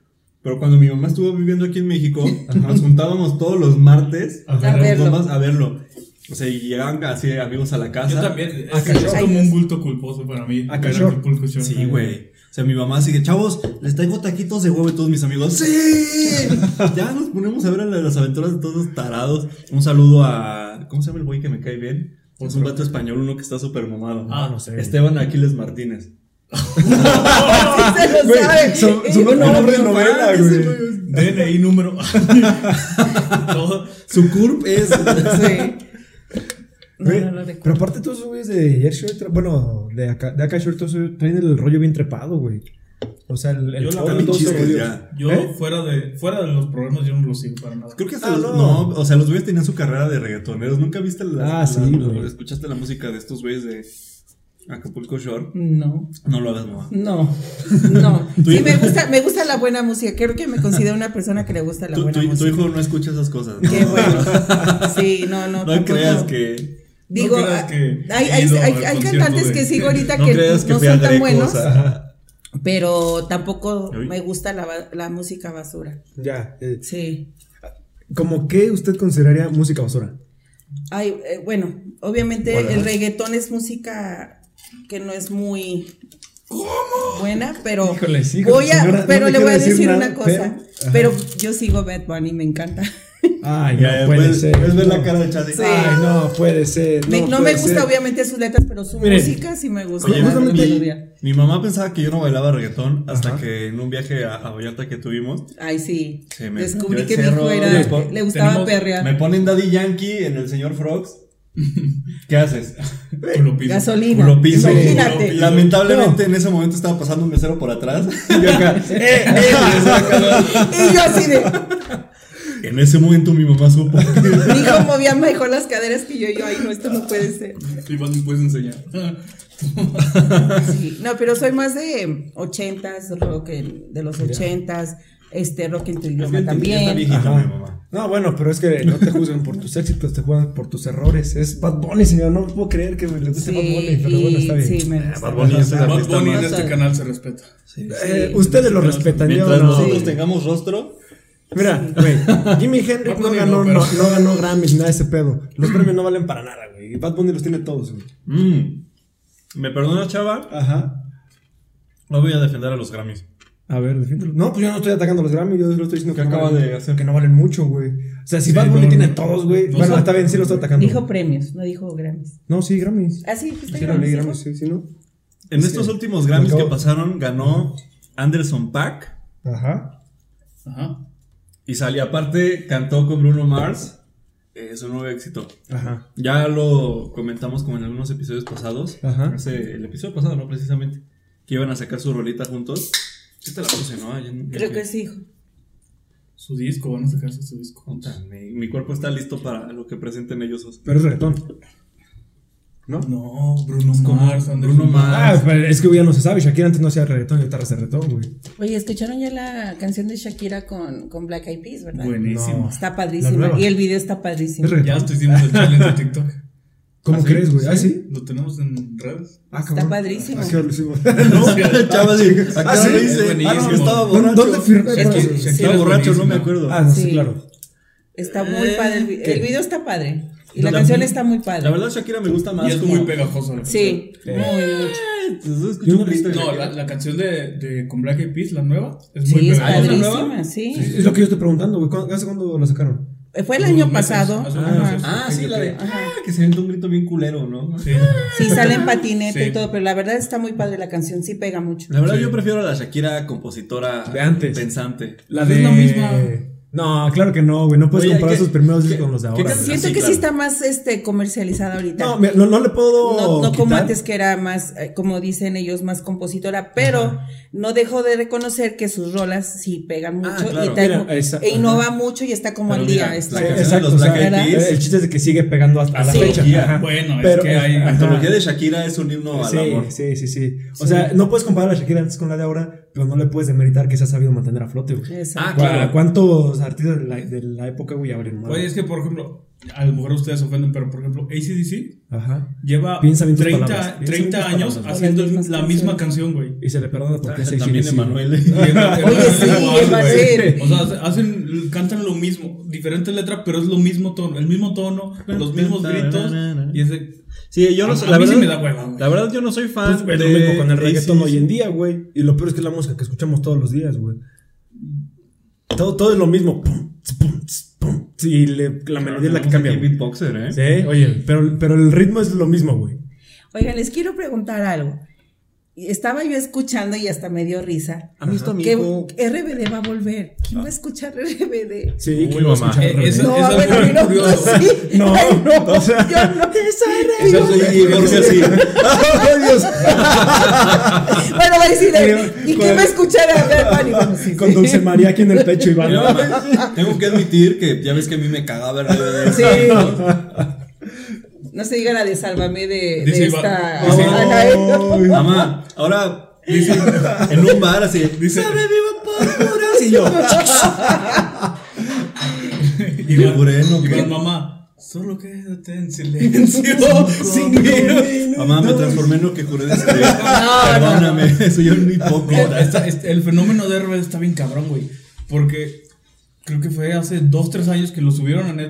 Speaker 1: Pero cuando mi mamá estuvo viviendo aquí en México, nos juntábamos todos los martes
Speaker 2: A
Speaker 1: con
Speaker 4: verlo.
Speaker 1: los papás a verlo. O sea, y llegaban así amigos a la casa.
Speaker 2: Yo también. Es,
Speaker 4: Acachor.
Speaker 2: es como un bulto culposo para mí.
Speaker 3: Acachor.
Speaker 2: ver Acapulco Shore.
Speaker 1: Sí, güey. O sea, mi mamá sigue, chavos, les traigo taquitos de huevo y todos mis amigos. ¡Sí! ya nos ponemos a ver a la- las aventuras de todos los tarados. Un saludo a. ¿Cómo se llama el güey que me cae bien? Es un vato español, uno que está súper mamado.
Speaker 2: Ah,
Speaker 3: no sé.
Speaker 1: Esteban Aquiles Martínez.
Speaker 4: Sí se lo
Speaker 3: Güey,
Speaker 4: sabe.
Speaker 3: su-
Speaker 4: Eh,
Speaker 3: su nombre
Speaker 4: no,
Speaker 3: de
Speaker 4: no,
Speaker 3: novela,
Speaker 4: mames,
Speaker 3: güey.
Speaker 4: güey.
Speaker 2: DNI número. Todo.
Speaker 1: Su curp es.
Speaker 4: Sí. No,
Speaker 3: Güey,
Speaker 4: no lo recuerdo.
Speaker 3: pero aparte todos esos güeyes de Jersey, Shore, tra- bueno, de acá, de acá Shore, todos esos traen el rollo bien trepado, güey. O sea, el, el
Speaker 2: Yo la
Speaker 3: todo,
Speaker 2: verdad,
Speaker 3: todos esos
Speaker 1: chistes,
Speaker 3: rollos.
Speaker 1: ya.
Speaker 2: Yo
Speaker 3: ¿Eh?
Speaker 2: fuera, de, fuera de los programas, yo no los sigo para nada.
Speaker 1: Creo que hasta
Speaker 3: Ah,
Speaker 1: los- no.
Speaker 3: no.
Speaker 1: o sea, los güeyes tenían su carrera de reggaetoneros. Nunca viste la.
Speaker 3: Ah,
Speaker 1: la-
Speaker 3: sí,
Speaker 1: la-
Speaker 3: güey.
Speaker 1: Escuchaste la música de estos güeyes de Acapulco Shore.
Speaker 4: No.
Speaker 1: No lo hagas, mamá.
Speaker 4: No, no.
Speaker 1: Tu
Speaker 4: Sí,
Speaker 1: hijo-
Speaker 4: me gusta, me gusta la buena música. Creo que me considero una persona que le gusta la
Speaker 1: Tu,
Speaker 4: buena
Speaker 1: tu- tu
Speaker 4: música.
Speaker 1: hijo no escucha esas cosas. ¿no?
Speaker 4: Qué bueno. Sí, no, no.
Speaker 1: No
Speaker 4: tampoco.
Speaker 1: creas que.
Speaker 4: Digo,
Speaker 2: creas
Speaker 4: ah,
Speaker 2: que
Speaker 4: hay,
Speaker 2: he
Speaker 4: hay,
Speaker 2: ido
Speaker 4: hay-
Speaker 2: al
Speaker 4: hay
Speaker 2: concierto
Speaker 4: cantantes
Speaker 2: de-
Speaker 4: que sigo ahorita
Speaker 1: No
Speaker 4: que
Speaker 1: creas que
Speaker 4: no
Speaker 1: fui a
Speaker 4: son tan
Speaker 1: Greco,
Speaker 4: buenos,
Speaker 1: o sea,
Speaker 4: pero tampoco
Speaker 1: Uy.
Speaker 4: me gusta la, ba- la música basura.
Speaker 3: Ya, eh,
Speaker 4: Sí.
Speaker 3: ¿Cómo que usted consideraría música basura?
Speaker 4: Ay, eh, bueno, obviamente
Speaker 1: Hola.
Speaker 4: el reggaetón es música que no es muy buena, pero
Speaker 3: Híjole, sí,
Speaker 4: voy a,
Speaker 3: señora, no
Speaker 4: pero
Speaker 3: le
Speaker 4: le voy a
Speaker 3: quiero decir
Speaker 4: decir
Speaker 3: nada,
Speaker 4: una cosa.
Speaker 3: pero- ajá.
Speaker 4: Pero, yo sigo Bad Bunny, me encanta.
Speaker 3: Ay,
Speaker 1: ya,
Speaker 3: no
Speaker 1: ya,
Speaker 3: puede
Speaker 1: puedes,
Speaker 3: ser.
Speaker 1: puedes ver
Speaker 3: no.
Speaker 1: la cara de Chad.
Speaker 4: Sí.
Speaker 3: Ay, no puede ser.
Speaker 4: Me-
Speaker 3: no
Speaker 4: No, me
Speaker 3: puede
Speaker 4: gusta
Speaker 3: ser.
Speaker 4: obviamente sus letras, pero su
Speaker 3: pues, eh. Miren,
Speaker 4: música sí me gusta.
Speaker 1: Oye,
Speaker 4: la
Speaker 3: justamente-
Speaker 4: melodía.
Speaker 1: mi, mi mamá pensaba que yo no bailaba reggaetón hasta
Speaker 3: Ajá.
Speaker 1: que en un viaje a, a Vallarta que tuvimos
Speaker 4: Ay, sí.
Speaker 1: Sí, me-
Speaker 4: Descubrí
Speaker 1: yo
Speaker 4: que mi
Speaker 1: encierro-
Speaker 4: hijo era,
Speaker 1: Oye, po-
Speaker 4: le gustaba
Speaker 2: tenemos-
Speaker 4: perrear.
Speaker 1: me ponen Daddy Yankee en el señor Frogs ¿Qué haces?
Speaker 2: Culo piso.
Speaker 4: Gasolina.
Speaker 1: Culo piso.
Speaker 4: Imagínate.
Speaker 1: Lamentablemente en ese momento estaba pasando un mesero por atrás. Y yo acá, ¡eh, eh! y yo acá,
Speaker 4: Y yo así de.
Speaker 1: En ese momento mi mamá supo.
Speaker 4: Mi hijo movía mejor las caderas que yo. y Yo, ay, no, esto no puede ser.
Speaker 2: Y más me puedes enseñar.
Speaker 4: Sí, No, pero soy más de 80s, rock en- de los 80s, este rock en tu idioma
Speaker 1: Está
Speaker 4: también.
Speaker 1: viejita
Speaker 3: Ajá.
Speaker 1: mi mamá.
Speaker 3: No, bueno, pero es que no te juzgan por tus éxitos, te juzgan por tus errores. Es Bad Bunny, señor. No puedo creer que me le guste
Speaker 4: Sí,
Speaker 3: Bad Bunny, pero bueno, está bien.
Speaker 4: sí, me gusta.
Speaker 1: Bad Bunny es el
Speaker 2: Bad
Speaker 1: artista
Speaker 2: Bunny en
Speaker 1: más.
Speaker 2: este canal se respeta.
Speaker 3: Eh, ustedes lo respetan, yo
Speaker 1: Mientras
Speaker 3: no.
Speaker 1: nosotros
Speaker 4: Sí.
Speaker 1: tengamos rostro,
Speaker 3: Mira, güey, Jimi Hendrix
Speaker 2: Bad
Speaker 3: no
Speaker 2: Bunny
Speaker 3: ganó,
Speaker 2: no, pero-
Speaker 3: no- no ganó Grammys, nada de ese pedo. Los premios no valen para nada, güey. Y Bad Bunny los tiene todos, güey.
Speaker 1: mm, me perdona, chava.
Speaker 3: Ajá.
Speaker 1: No voy a defender a los Grammys.
Speaker 3: A ver, defiéndelo. No, pues yo no estoy atacando los Grammy, yo solo estoy diciendo que,
Speaker 1: ¿Qué
Speaker 3: no
Speaker 1: acaba
Speaker 3: valen,
Speaker 1: de hacer?
Speaker 3: que no valen mucho, güey. O sea, si
Speaker 2: Sí,
Speaker 3: Bad Bunny
Speaker 2: no,
Speaker 3: tiene
Speaker 2: no.
Speaker 3: todos, güey.
Speaker 2: No
Speaker 3: bueno,
Speaker 2: sé.
Speaker 3: está bien, sí lo estoy atacando.
Speaker 4: Dijo premios, no dijo Grammys.
Speaker 3: no, sí, Grammys.
Speaker 4: Ah, sí, pues,
Speaker 3: Sí,
Speaker 4: Grammys,
Speaker 3: leí
Speaker 4: dijo.
Speaker 3: Grammys, sí, sí, ¿no?
Speaker 1: En
Speaker 3: Sí.
Speaker 1: estos últimos Grammys
Speaker 3: Acabo-
Speaker 1: que pasaron, ganó Anderson Pack.
Speaker 3: Ajá.
Speaker 2: Ajá.
Speaker 1: Y salió, aparte, cantó con Bruno Mars. Eh, Es un nuevo éxito.
Speaker 3: Ajá.
Speaker 1: Ya lo comentamos como en algunos episodios pasados.
Speaker 3: Ajá.
Speaker 1: Hace- el episodio pasado, ¿no? Precisamente. Que iban a sacar su rolita juntos. Sí te la puse, ¿no? Ayer, ¿no?
Speaker 4: Creo que sí, dijo.
Speaker 2: Su disco, van a sacarse su disco.
Speaker 1: Puta, Mi, mi cuerpo está listo para lo que presenten ellos dos.
Speaker 3: Pero es reggaetón. ¿No?
Speaker 2: No, Bruno
Speaker 1: como
Speaker 2: Mars. Anderson
Speaker 1: Bruno Mars.
Speaker 3: Ah, pero es que güey, ya no se sabe. Shakira antes no hacía reggaetón y ahorita hace reggaetón, güey.
Speaker 4: Oye, escucharon ya la canción de Shakira con, con Black Eyed Peas, ¿verdad?
Speaker 2: Buenísimo.
Speaker 4: Está
Speaker 3: La
Speaker 4: padrísima.
Speaker 3: nueva.
Speaker 4: Y el video está
Speaker 3: Es
Speaker 4: padrísimo.
Speaker 2: Ya
Speaker 3: reggaetón.
Speaker 2: hasta hicimos el challenge de TikTok.
Speaker 3: ¿Cómo
Speaker 1: ¿Ah, sí?
Speaker 3: crees, güey? Ah, sí.
Speaker 2: Lo tenemos en redes.
Speaker 3: Ah,
Speaker 4: Está
Speaker 3: cabrón.
Speaker 4: padrísimo.
Speaker 3: ¿A qué hora lo hicimos?
Speaker 1: No, chaval, acá
Speaker 3: Ah, sí,
Speaker 1: lo
Speaker 2: es
Speaker 1: hice. Ah, no,
Speaker 2: buenísimo.
Speaker 1: estaba
Speaker 3: ¿Dónde-
Speaker 1: borracho.
Speaker 3: dónde firmé?
Speaker 1: Shakira-
Speaker 3: Sí, sí,
Speaker 1: Estaba
Speaker 2: es
Speaker 1: borracho, no
Speaker 2: buenísimo.
Speaker 1: me acuerdo.
Speaker 3: Ah, no, sí,
Speaker 4: Sí.
Speaker 3: claro.
Speaker 4: Está muy padre. El, vi- el video está padre. Y la
Speaker 1: La-
Speaker 4: canción está muy padre.
Speaker 1: La verdad, Shakira me gusta más.
Speaker 2: Y es
Speaker 1: como-
Speaker 2: muy pegajoso. la
Speaker 4: Sí, muy mucho.
Speaker 1: Eh, entonces escucho
Speaker 3: Yo no
Speaker 1: un grito
Speaker 2: canción.
Speaker 1: de
Speaker 2: No,
Speaker 1: Shakira.
Speaker 2: la, la canción de, de con Black Eyed Peas, la nueva, es muy
Speaker 4: Sí, es
Speaker 2: pegajosa.
Speaker 1: padre.
Speaker 4: padrísima, sí.
Speaker 3: Es lo que yo estoy preguntando, güey. ¿Cuándo- ¿Hace cuándo lo sacaron?
Speaker 4: Fue el año
Speaker 2: Unos meses,
Speaker 4: pasado.
Speaker 2: hace unos
Speaker 4: Ajá.
Speaker 2: meses.
Speaker 1: Ah, sí, la de. Ah, que se siente un grito bien culero, ¿no?
Speaker 2: Sí.
Speaker 4: Sí, sale en patinete
Speaker 2: Sí.
Speaker 4: y todo, pero la verdad está muy padre la canción, sí pega mucho.
Speaker 1: La verdad, yo prefiero a la Shakira compositora
Speaker 3: De antes.
Speaker 1: pensante.
Speaker 3: La
Speaker 2: de-
Speaker 3: la misma. No, claro que no, güey. No puedes
Speaker 1: Oye,
Speaker 3: comparar
Speaker 1: ¿qué-
Speaker 3: sus primeros
Speaker 1: qué-
Speaker 3: discos con los de
Speaker 1: qué
Speaker 3: ahora.
Speaker 1: canción-
Speaker 3: güey.
Speaker 4: Siento
Speaker 1: sí,
Speaker 4: que
Speaker 1: claro.
Speaker 4: sí está más este comercializada ahorita.
Speaker 3: No,
Speaker 4: No,
Speaker 3: mira, no, no le puedo.
Speaker 4: no, como
Speaker 3: quitar.
Speaker 4: antes que era más, eh, como dicen ellos, más compositora, pero no dejo de reconocer que sus rolas sí pegan mucho
Speaker 1: Ah, claro.
Speaker 4: y tal-
Speaker 3: Mira, esa-
Speaker 4: e innova mucho y está como
Speaker 1: Pero
Speaker 4: al
Speaker 1: mira,
Speaker 4: día. está-
Speaker 1: la
Speaker 3: Sí,
Speaker 1: canción de
Speaker 3: exacto,
Speaker 1: los
Speaker 3: o sea,
Speaker 1: Black Eyed
Speaker 4: Peas.
Speaker 3: El chiste es de que sigue pegando hasta la
Speaker 4: Sí.
Speaker 3: fecha. Ajá.
Speaker 2: Bueno, es que hay
Speaker 3: ajá.
Speaker 1: Antología de Shakira es un himno al amor.
Speaker 3: Sí, sí, sí, sí. O sea, no puedes comparar a Shakira antes con la de ahora, pero no le puedes demeritar que se ha sabido mantener a flote, güey.
Speaker 4: Exacto.
Speaker 1: Ah, claro.
Speaker 3: ¿Cu- ¿Cuántos artistas de la, de la época, güey, abren madre?
Speaker 2: Oye, es que por ejemplo, a lo mejor ustedes ofenden, pero por ejemplo, ACDC
Speaker 3: Ajá.
Speaker 2: lleva
Speaker 3: Piensa bien tus
Speaker 2: 30,
Speaker 3: palabras, piensa
Speaker 2: 30
Speaker 3: bien tus
Speaker 2: años
Speaker 3: palabras.
Speaker 2: haciendo
Speaker 4: Las mismas
Speaker 2: la misma canción, güey.
Speaker 3: Y se le perdona porque es
Speaker 1: También
Speaker 3: ACDC, ¿no?
Speaker 1: Emanuel.
Speaker 4: Oye, sí, Emanuel.
Speaker 2: O sea, hacen, cantan lo mismo, diferente letra, pero es lo mismo tono, el mismo tono, los mismos gritos. Y es de,
Speaker 1: Sí, yo no
Speaker 2: A-
Speaker 1: sé.
Speaker 2: a
Speaker 1: la
Speaker 2: mí sí
Speaker 1: verdad-
Speaker 2: me da hueva, güey.
Speaker 1: La verdad, yo no soy fan.
Speaker 3: Pues, güey, lo
Speaker 1: de
Speaker 3: mismo con el reggaetón
Speaker 1: AC/DC.
Speaker 3: hoy en día, güey. Y lo peor es que es la música que escuchamos todos los días, güey. Todo, todo es lo mismo. Pum, tss, pum, tss, pum. Sí, y le- la melodía es la que
Speaker 1: Tenemos
Speaker 3: cambia.
Speaker 1: aquí
Speaker 3: güey.
Speaker 1: beatboxer, ¿eh?
Speaker 3: Sí, oye, pero, pero el ritmo es lo mismo, güey.
Speaker 4: Oigan, les quiero preguntar algo. Y Estaba yo escuchando y hasta me dio risa.
Speaker 1: A mí esto
Speaker 4: Que RBD va a volver. ¿Quién va a escuchar RBD?
Speaker 3: Sí,
Speaker 1: Uy,
Speaker 3: que lo
Speaker 1: mamá.
Speaker 3: escucharon al
Speaker 2: Eh, eso-
Speaker 3: revés.
Speaker 4: No, a ver,
Speaker 2: fue muy
Speaker 4: no, no,
Speaker 2: curioso.
Speaker 4: sí.
Speaker 3: No,
Speaker 4: Ay, no,
Speaker 3: o sea-
Speaker 4: yo no.
Speaker 1: Yo soy Divorcio así.
Speaker 3: ¡Oh, Dios!
Speaker 4: Bueno, va a decir,
Speaker 3: Pero,
Speaker 4: ¿y
Speaker 3: con-
Speaker 4: quién va a escuchar a ver, Pani? Bueno, sí,
Speaker 3: Con
Speaker 4: sí.
Speaker 3: Dulce María aquí en el pecho, Iván.
Speaker 1: Mira, mamá, Tengo que admitir que ya ves que a mí me cagaba el
Speaker 4: Sí. No se diga la de Sálvame de, de
Speaker 2: Dice Iván- Ah,
Speaker 4: esta.
Speaker 2: dice
Speaker 4: Ana, Ana,
Speaker 2: Iván-
Speaker 4: Ana.
Speaker 3: Ay.
Speaker 1: Mamá, ahora dice, en un bar así, dice,
Speaker 2: Dice-
Speaker 1: sobrevivo por puras y yo.
Speaker 2: Y
Speaker 1: El moreno,
Speaker 2: y
Speaker 1: ¿qué?
Speaker 2: van, mamá, solo quédate en silencio.
Speaker 3: Cinco
Speaker 2: sin miedo".
Speaker 3: minutos.
Speaker 1: Mamá, me transformé en lo que juré de ser. Perdóname, soy un
Speaker 2: Mira,
Speaker 1: hipócrita.
Speaker 2: esta- este- el fenómeno de RBD está bien cabrón, güey. Porque creo que fue hace 2, 3 años que lo subieron a Netflix.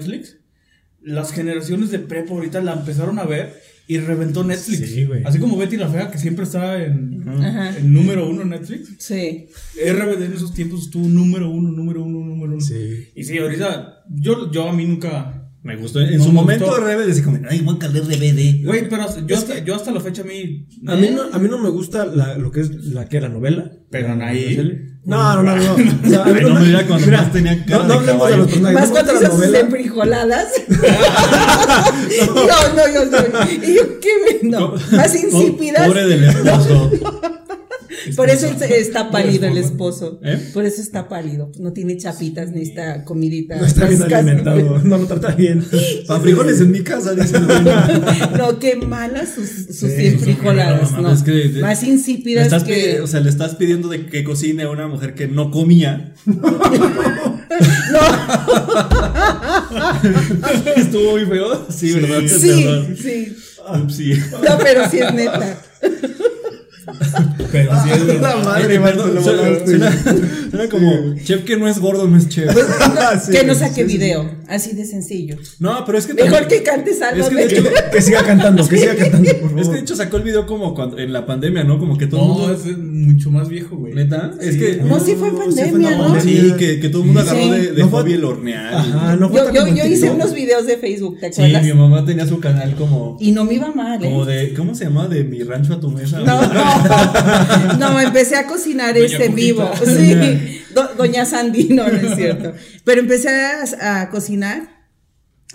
Speaker 2: Las generaciones de prepa ahorita la empezaron a ver y reventó Netflix.
Speaker 3: Sí, güey.
Speaker 2: Así como Betty la Fea, que siempre estaba en,
Speaker 4: Ajá.
Speaker 2: en número uno en Netflix.
Speaker 4: Sí.
Speaker 2: RBD en esos tiempos estuvo número uno, número uno, número uno.
Speaker 3: Sí.
Speaker 2: Y sí, ahorita, yo, yo a mí nunca
Speaker 1: Me gustó. En
Speaker 2: No
Speaker 1: su
Speaker 2: me
Speaker 1: momento
Speaker 2: gustó.
Speaker 1: RBD, así como, ay, voy a calar RBD.
Speaker 2: Güey, pero yo
Speaker 3: Es
Speaker 2: hasta,
Speaker 3: que-
Speaker 2: yo hasta la fecha a mí.
Speaker 3: A mí, no, a mí no me gusta la- lo que es la que era novela.
Speaker 2: Pero
Speaker 3: La-
Speaker 2: Anaí.
Speaker 3: la serie. No, no, no. no. O sea, a mí
Speaker 1: Ay, no me diga cuando
Speaker 3: mira,
Speaker 1: más tenía cara
Speaker 3: no,
Speaker 1: de
Speaker 3: no hablemos de
Speaker 1: caballo.
Speaker 3: los personajes.
Speaker 4: Más
Speaker 3: no me gusta
Speaker 4: cuando
Speaker 3: la
Speaker 4: hizo sus
Speaker 3: novela.
Speaker 4: enfrijoladas. no, no, yo soy. Y yo, ¿qué? me- No, más insípidas.
Speaker 1: Oh, Pobre del esposo.
Speaker 4: Por eso es- está pálido el esposo.
Speaker 1: ¿Eh?
Speaker 4: Por eso está pálido. No tiene chapitas ni esta comidita.
Speaker 3: No está bien
Speaker 4: Casi- casi-
Speaker 3: alimentado. No lo trata bien.
Speaker 1: Para frijoles en mi casa, dice el güey.
Speaker 4: No, qué malas sus, sus
Speaker 1: Sí,
Speaker 4: enfrijoladas,
Speaker 1: no,
Speaker 4: ¿no?
Speaker 1: es que-
Speaker 4: Más
Speaker 1: Le
Speaker 4: insípidas
Speaker 1: estás
Speaker 4: que.
Speaker 1: pidi- O sea, le estás pidiendo de que cocine a una mujer que no comía. Estuvo muy feo. Sí, ¿verdad?
Speaker 4: sí, sí.
Speaker 1: Upsi.
Speaker 4: No, pero sí es neta.
Speaker 2: Pero sí
Speaker 4: Ah,
Speaker 2: es verdad.
Speaker 3: La madre, Marta, lo
Speaker 1: Suena,
Speaker 3: volaste.
Speaker 1: suena- suena como chef que no es gordo, no es chef.
Speaker 4: Pues,
Speaker 3: Sí,
Speaker 4: que no
Speaker 3: sí,
Speaker 4: saque
Speaker 3: sí.
Speaker 4: video. Así de sencillo.
Speaker 1: No, pero es que
Speaker 4: Mejor que
Speaker 1: también-
Speaker 4: cantes algo.
Speaker 1: Es que de
Speaker 4: ¿ves?
Speaker 1: hecho-
Speaker 3: Que siga cantando, que siga cantando, por favor.
Speaker 1: Es que de hecho sacó el video como cuando, en la pandemia, ¿no? Como que todo el
Speaker 2: No,
Speaker 1: mundo.
Speaker 2: es mucho más viejo, güey.
Speaker 1: ¿Neta? Es que.
Speaker 4: No, sí fue en pandemia,
Speaker 1: en
Speaker 4: ¿no?
Speaker 1: pandemia. Sí, que, que todo el mundo agarró
Speaker 4: Sí.
Speaker 1: de, de
Speaker 3: No fue-
Speaker 1: hobby el hornear. y-
Speaker 3: Ajá, no fue
Speaker 4: yo,
Speaker 3: tan
Speaker 4: yo, yo
Speaker 3: mentira,
Speaker 4: hice
Speaker 3: ¿no?
Speaker 4: unos videos de Facebook, ¿te
Speaker 1: Sí,
Speaker 4: acuerdas?
Speaker 1: mi mamá tenía su canal como.
Speaker 4: y no me iba mal, ¿eh?
Speaker 1: Como de. ¿Cómo se llama? De mi rancho a tu mesa.
Speaker 4: No, no, no, empecé a cocinar
Speaker 2: Doña
Speaker 4: este en vivo.
Speaker 2: Cuquita.
Speaker 4: Sí, Do- Doña Sandy, no, no es cierto. Pero empecé a, a cocinar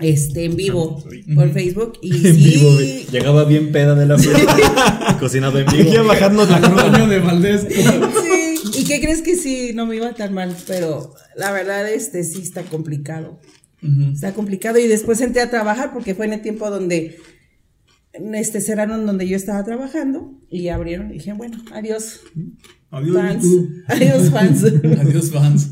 Speaker 4: este en vivo por Facebook y
Speaker 1: En vivo,
Speaker 4: sí.
Speaker 1: güey. Llegaba bien peda de la fiesta. cocinado en vivo.
Speaker 3: Quiero bajarnos la cruda.
Speaker 2: Antonio de Valdés.
Speaker 4: Sí, ¿y qué crees que sí? No me iba tan mal, pero la verdad, este sí está complicado.
Speaker 2: Ujú.
Speaker 4: Está complicado y después entré a trabajar porque fue en el tiempo donde este cerraron donde yo estaba trabajando y abrieron. Dije, bueno, adiós
Speaker 1: Adiós,
Speaker 4: fans.
Speaker 1: YouTube.
Speaker 4: Adiós fans.
Speaker 2: Adiós, fans.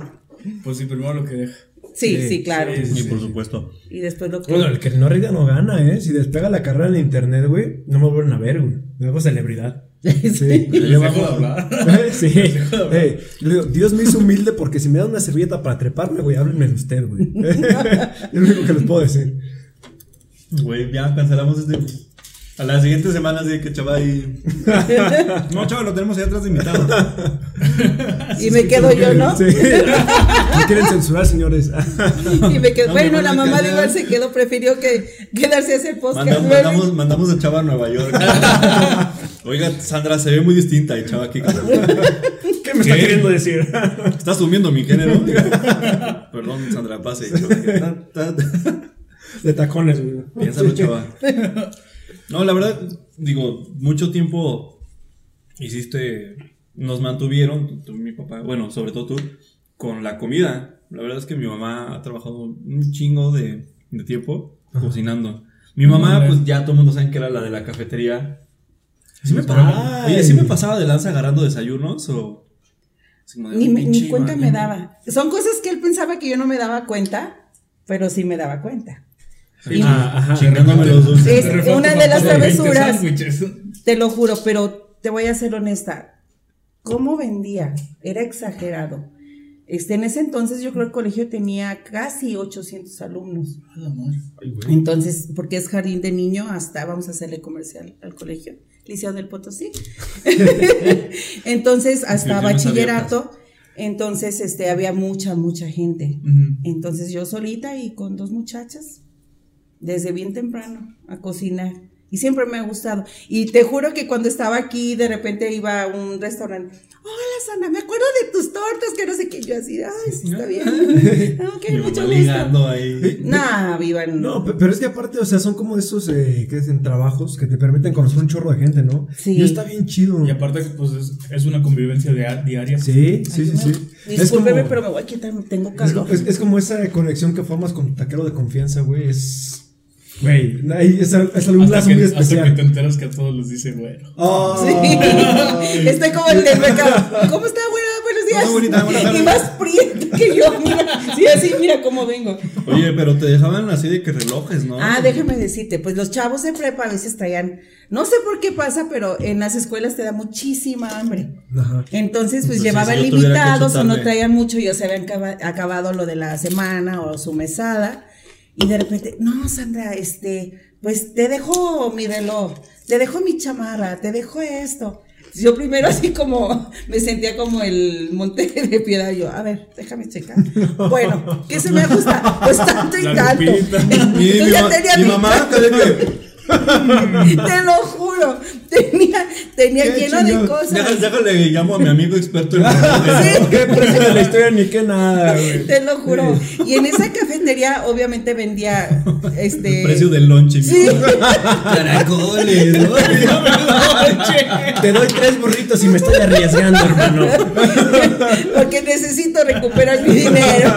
Speaker 2: Pues sí, primero lo que deja.
Speaker 4: Sí, sí, claro.
Speaker 2: sí,
Speaker 1: Y por supuesto.
Speaker 4: Y después lo que
Speaker 3: Bueno, el que no arriesga no gana, ¿eh? Si despega la carrera en internet, güey, no me vuelven a ver, güey. Me hago celebridad. Sí,
Speaker 2: Les
Speaker 3: yo
Speaker 2: dejo de
Speaker 3: bajo-
Speaker 2: hablar.
Speaker 3: Eh, Sí, Eh, le digo, Dios me hizo humilde porque si me dan una servilleta para treparme, güey, háblenme de usted, güey. es lo único que les puedo decir.
Speaker 1: Güey, ya cancelamos este. A la siguiente semana, así que chaval. y- No, chaval, lo tenemos ahí atrás de invitado.
Speaker 4: y me quedo yo, ¿no?
Speaker 3: Sí. Me quieren censurar, señores.
Speaker 4: Y me quedo.
Speaker 1: No,
Speaker 4: bueno,
Speaker 1: me
Speaker 4: la
Speaker 1: van a
Speaker 4: mamá de
Speaker 1: callar.
Speaker 4: igual se quedó, prefirió que quedarse a hacer podcast.
Speaker 1: Mandamos,
Speaker 4: Bueno,
Speaker 1: mandamos, mandamos a Chava a Nueva York. Oiga, Sandra, se ve muy distinta y Chava aquí.
Speaker 3: ¿Qué me está queriendo decir?
Speaker 1: Está asumiendo mi género. Perdón, Sandra, pase. Chava. Ta, ta.
Speaker 3: De tacones, güey.
Speaker 1: Piénsalo, Chava. No, la verdad, digo, mucho tiempo hiciste, nos mantuvieron, tú, mi papá, bueno, sobre todo tú, con la comida. La verdad es que mi mamá ha trabajado un chingo de, de tiempo cocinando. Mi mamá, pues ya todo el mundo sabe que era la de la cafetería. Sí me paraba,
Speaker 3: Ay.
Speaker 1: oye, ¿sí me pasaba de lanza agarrando desayunos o...? Así como de,
Speaker 4: ni, me- ni
Speaker 1: "Pinche
Speaker 4: cuenta
Speaker 1: ma-
Speaker 4: me daba. Son cosas que él pensaba que yo no me daba cuenta, pero sí me daba cuenta. Y
Speaker 3: Ah, ajá.
Speaker 1: Ah, Chingándome los dulces.
Speaker 4: Es una de las travesuras.
Speaker 2: travesuras.
Speaker 4: Te lo juro, pero te voy a ser honesta. ¿Cómo vendía? Era exagerado. Este, en ese entonces yo creo que el colegio tenía casi 800 alumnos. Entonces, porque es jardín de niño hasta, vamos a hacerle comercial al colegio, Liceo del Potosí. entonces, hasta
Speaker 1: Inscripciones
Speaker 4: bachillerato, entonces este, había mucha, mucha gente. Entonces yo solita y con dos muchachas, desde bien temprano, a cocinar. Y siempre me ha gustado. Y te juro que cuando estaba aquí, de repente iba a un restaurante. Hola, Sana, me acuerdo de tus tortas, que no sé qué. Yo así, ay, sí, está bien. ok,
Speaker 1: Mi mamá
Speaker 4: mucho gusto.
Speaker 1: ligando ahí.
Speaker 4: Nah, vivan.
Speaker 3: No, pe- pero es que aparte, o sea, son como esos eh, que hacen trabajos que te permiten conocer un chorro de gente, ¿no?
Speaker 4: Sí.
Speaker 3: Y está bien chido.
Speaker 2: Y aparte, pues es, es una convivencia de- diaria.
Speaker 3: Sí, sí, sí, sí. Es como,
Speaker 4: Discúlpeme, pero me voy a quitar, tengo
Speaker 3: es,
Speaker 4: calor.
Speaker 3: es- es como esa conexión que formas con tu taquero de confianza, güey. Es. Güey, ahí es, al- es algún
Speaker 2: Hasta
Speaker 3: lazo
Speaker 2: que,
Speaker 3: muy
Speaker 2: hasta que te
Speaker 3: especial.
Speaker 2: enteras que a todos les dice, bueno.
Speaker 3: Ah,
Speaker 4: Sí. Estoy como el del mercado. ¿Cómo está, güera? Buenos días.
Speaker 1: Muy bonita, buenas tardes.
Speaker 4: Y más prieta que yo, mira. Sí, así, mira cómo vengo.
Speaker 1: Oye, pero te dejaban así de que relojes, ¿no?
Speaker 4: Ah, déjame decirte, pues los chavos de prepa a veces traían, no sé por qué pasa, pero en las escuelas te da muchísima hambre.
Speaker 3: Ajá.
Speaker 4: Entonces, pues
Speaker 1: Entonces,
Speaker 4: llevaban
Speaker 1: si yo tuviera que
Speaker 4: limitados o no
Speaker 1: chutarle.
Speaker 4: traían mucho, ya se habían acaba- acabado lo de la semana o su mesada. Y de repente, no, Sandra, este, pues te dejo mi reloj, te dejo mi chamarra, te dejo esto. Entonces, Yo primero así como me sentía como el monte de piedad. Yo, a ver, déjame checar. Bueno, ¿qué se me gusta? Pues tanto y
Speaker 2: La
Speaker 4: tanto.
Speaker 2: Lupita.
Speaker 1: Mi,
Speaker 4: Yo
Speaker 1: mi
Speaker 4: ya
Speaker 1: ma-
Speaker 4: tenía
Speaker 1: mi
Speaker 4: mi
Speaker 1: mamá te dije,
Speaker 4: Te lo juro. Tenía, tenía
Speaker 3: Qué
Speaker 4: lleno
Speaker 3: chingón.
Speaker 4: de cosas.
Speaker 1: déjale, déjale, llamo a mi amigo experto en mamá.
Speaker 4: Sí.
Speaker 3: ¿Qué precio de la historia ni qué nada, güey?
Speaker 4: Te lo juro. Y en esa cafetería obviamente vendía este
Speaker 1: Precio del lonche.
Speaker 4: Sí.
Speaker 1: mijo. Caracoles, ¿no?
Speaker 3: Te doy tres burritos y me estoy arriesgando, hermano.
Speaker 4: porque necesito recuperar mi dinero.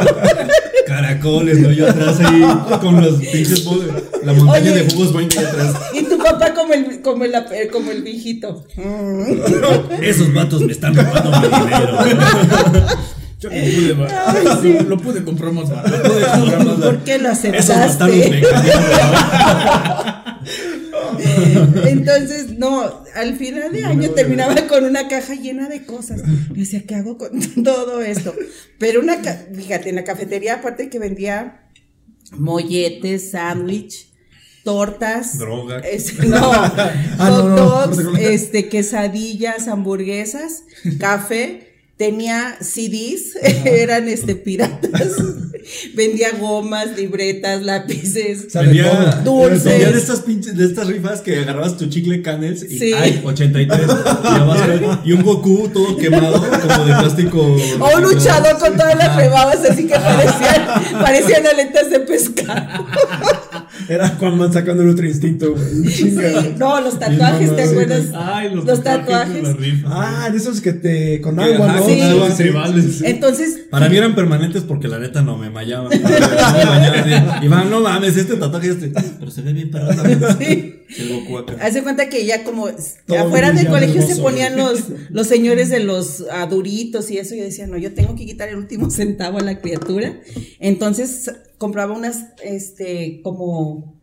Speaker 1: Caracoles, ¿no? Yo atrás ahí con los pinches jugos, la montaña
Speaker 4: Oye.
Speaker 1: de jugos Boing ahí atrás.
Speaker 4: Y tu papá como el como el ap- como el viejito.
Speaker 1: Mm. Esos vatos me están robando mi dinero.
Speaker 2: Yo no pude, va-
Speaker 4: Ay, sí.
Speaker 2: lo pude comprar más barato. Lo pude comprar más barato.
Speaker 4: ¿Por qué lo
Speaker 1: Esos mataron
Speaker 4: aceptaste? Entonces, no, al final de año terminaba con una caja llena de cosas. Yo decía, ¿qué hago con todo esto? Pero una, ca- fíjate, en la cafetería aparte que vendía molletes, sándwich, tortas,
Speaker 1: Droga.
Speaker 4: es- no,
Speaker 3: no,
Speaker 1: Ah,
Speaker 4: hot
Speaker 3: no,
Speaker 4: dogs,
Speaker 3: no, no.
Speaker 4: este, quesadillas, hamburguesas, café. Tenía CDs, eran este piratas. Vendía gomas, libretas, lápices.
Speaker 3: Sabe
Speaker 1: Venía,
Speaker 3: todo.
Speaker 4: Dulces.
Speaker 1: venían de estas pinches, de estas rifas que agarrabas tu chicle canels y
Speaker 4: Sí.
Speaker 1: ay, 83 y, ya vas a ver, y un Goku todo quemado como de plástico.
Speaker 4: O un luchador con todas las rebadas, así que parecían, parecían aletas de pescado.
Speaker 3: Era Juanman sacando el otro instinto, güey.
Speaker 4: Sí,
Speaker 3: Chinga.
Speaker 4: no, los tatuajes, ¿te
Speaker 3: mamá, sí,
Speaker 4: acuerdas?
Speaker 2: Ay, los,
Speaker 4: Los
Speaker 2: de
Speaker 4: tatuajes.
Speaker 2: la rifa.
Speaker 3: Ah, de esos que te. con
Speaker 1: Que,
Speaker 3: agua,
Speaker 1: ajá,
Speaker 3: ¿no?
Speaker 1: con
Speaker 4: Sí.
Speaker 1: agua, sí.
Speaker 2: Tribales.
Speaker 4: Entonces,
Speaker 1: Para mí eran permanentes porque la neta no me mallaba. No me mallaba, así, Iván, no mames, este tatuaje este. Pero se ve bien parado.
Speaker 4: sí,
Speaker 1: El Goku acá.
Speaker 4: hace cuenta que ya como
Speaker 3: Todo
Speaker 4: afuera del
Speaker 3: brillante,
Speaker 4: colegio se
Speaker 3: hermoso,
Speaker 4: ponían
Speaker 3: güey.
Speaker 4: los, los señores de los aduritos y eso, y yo decía, no, yo tengo que quitar el último centavo a la criatura. Entonces compraba unas, este, como,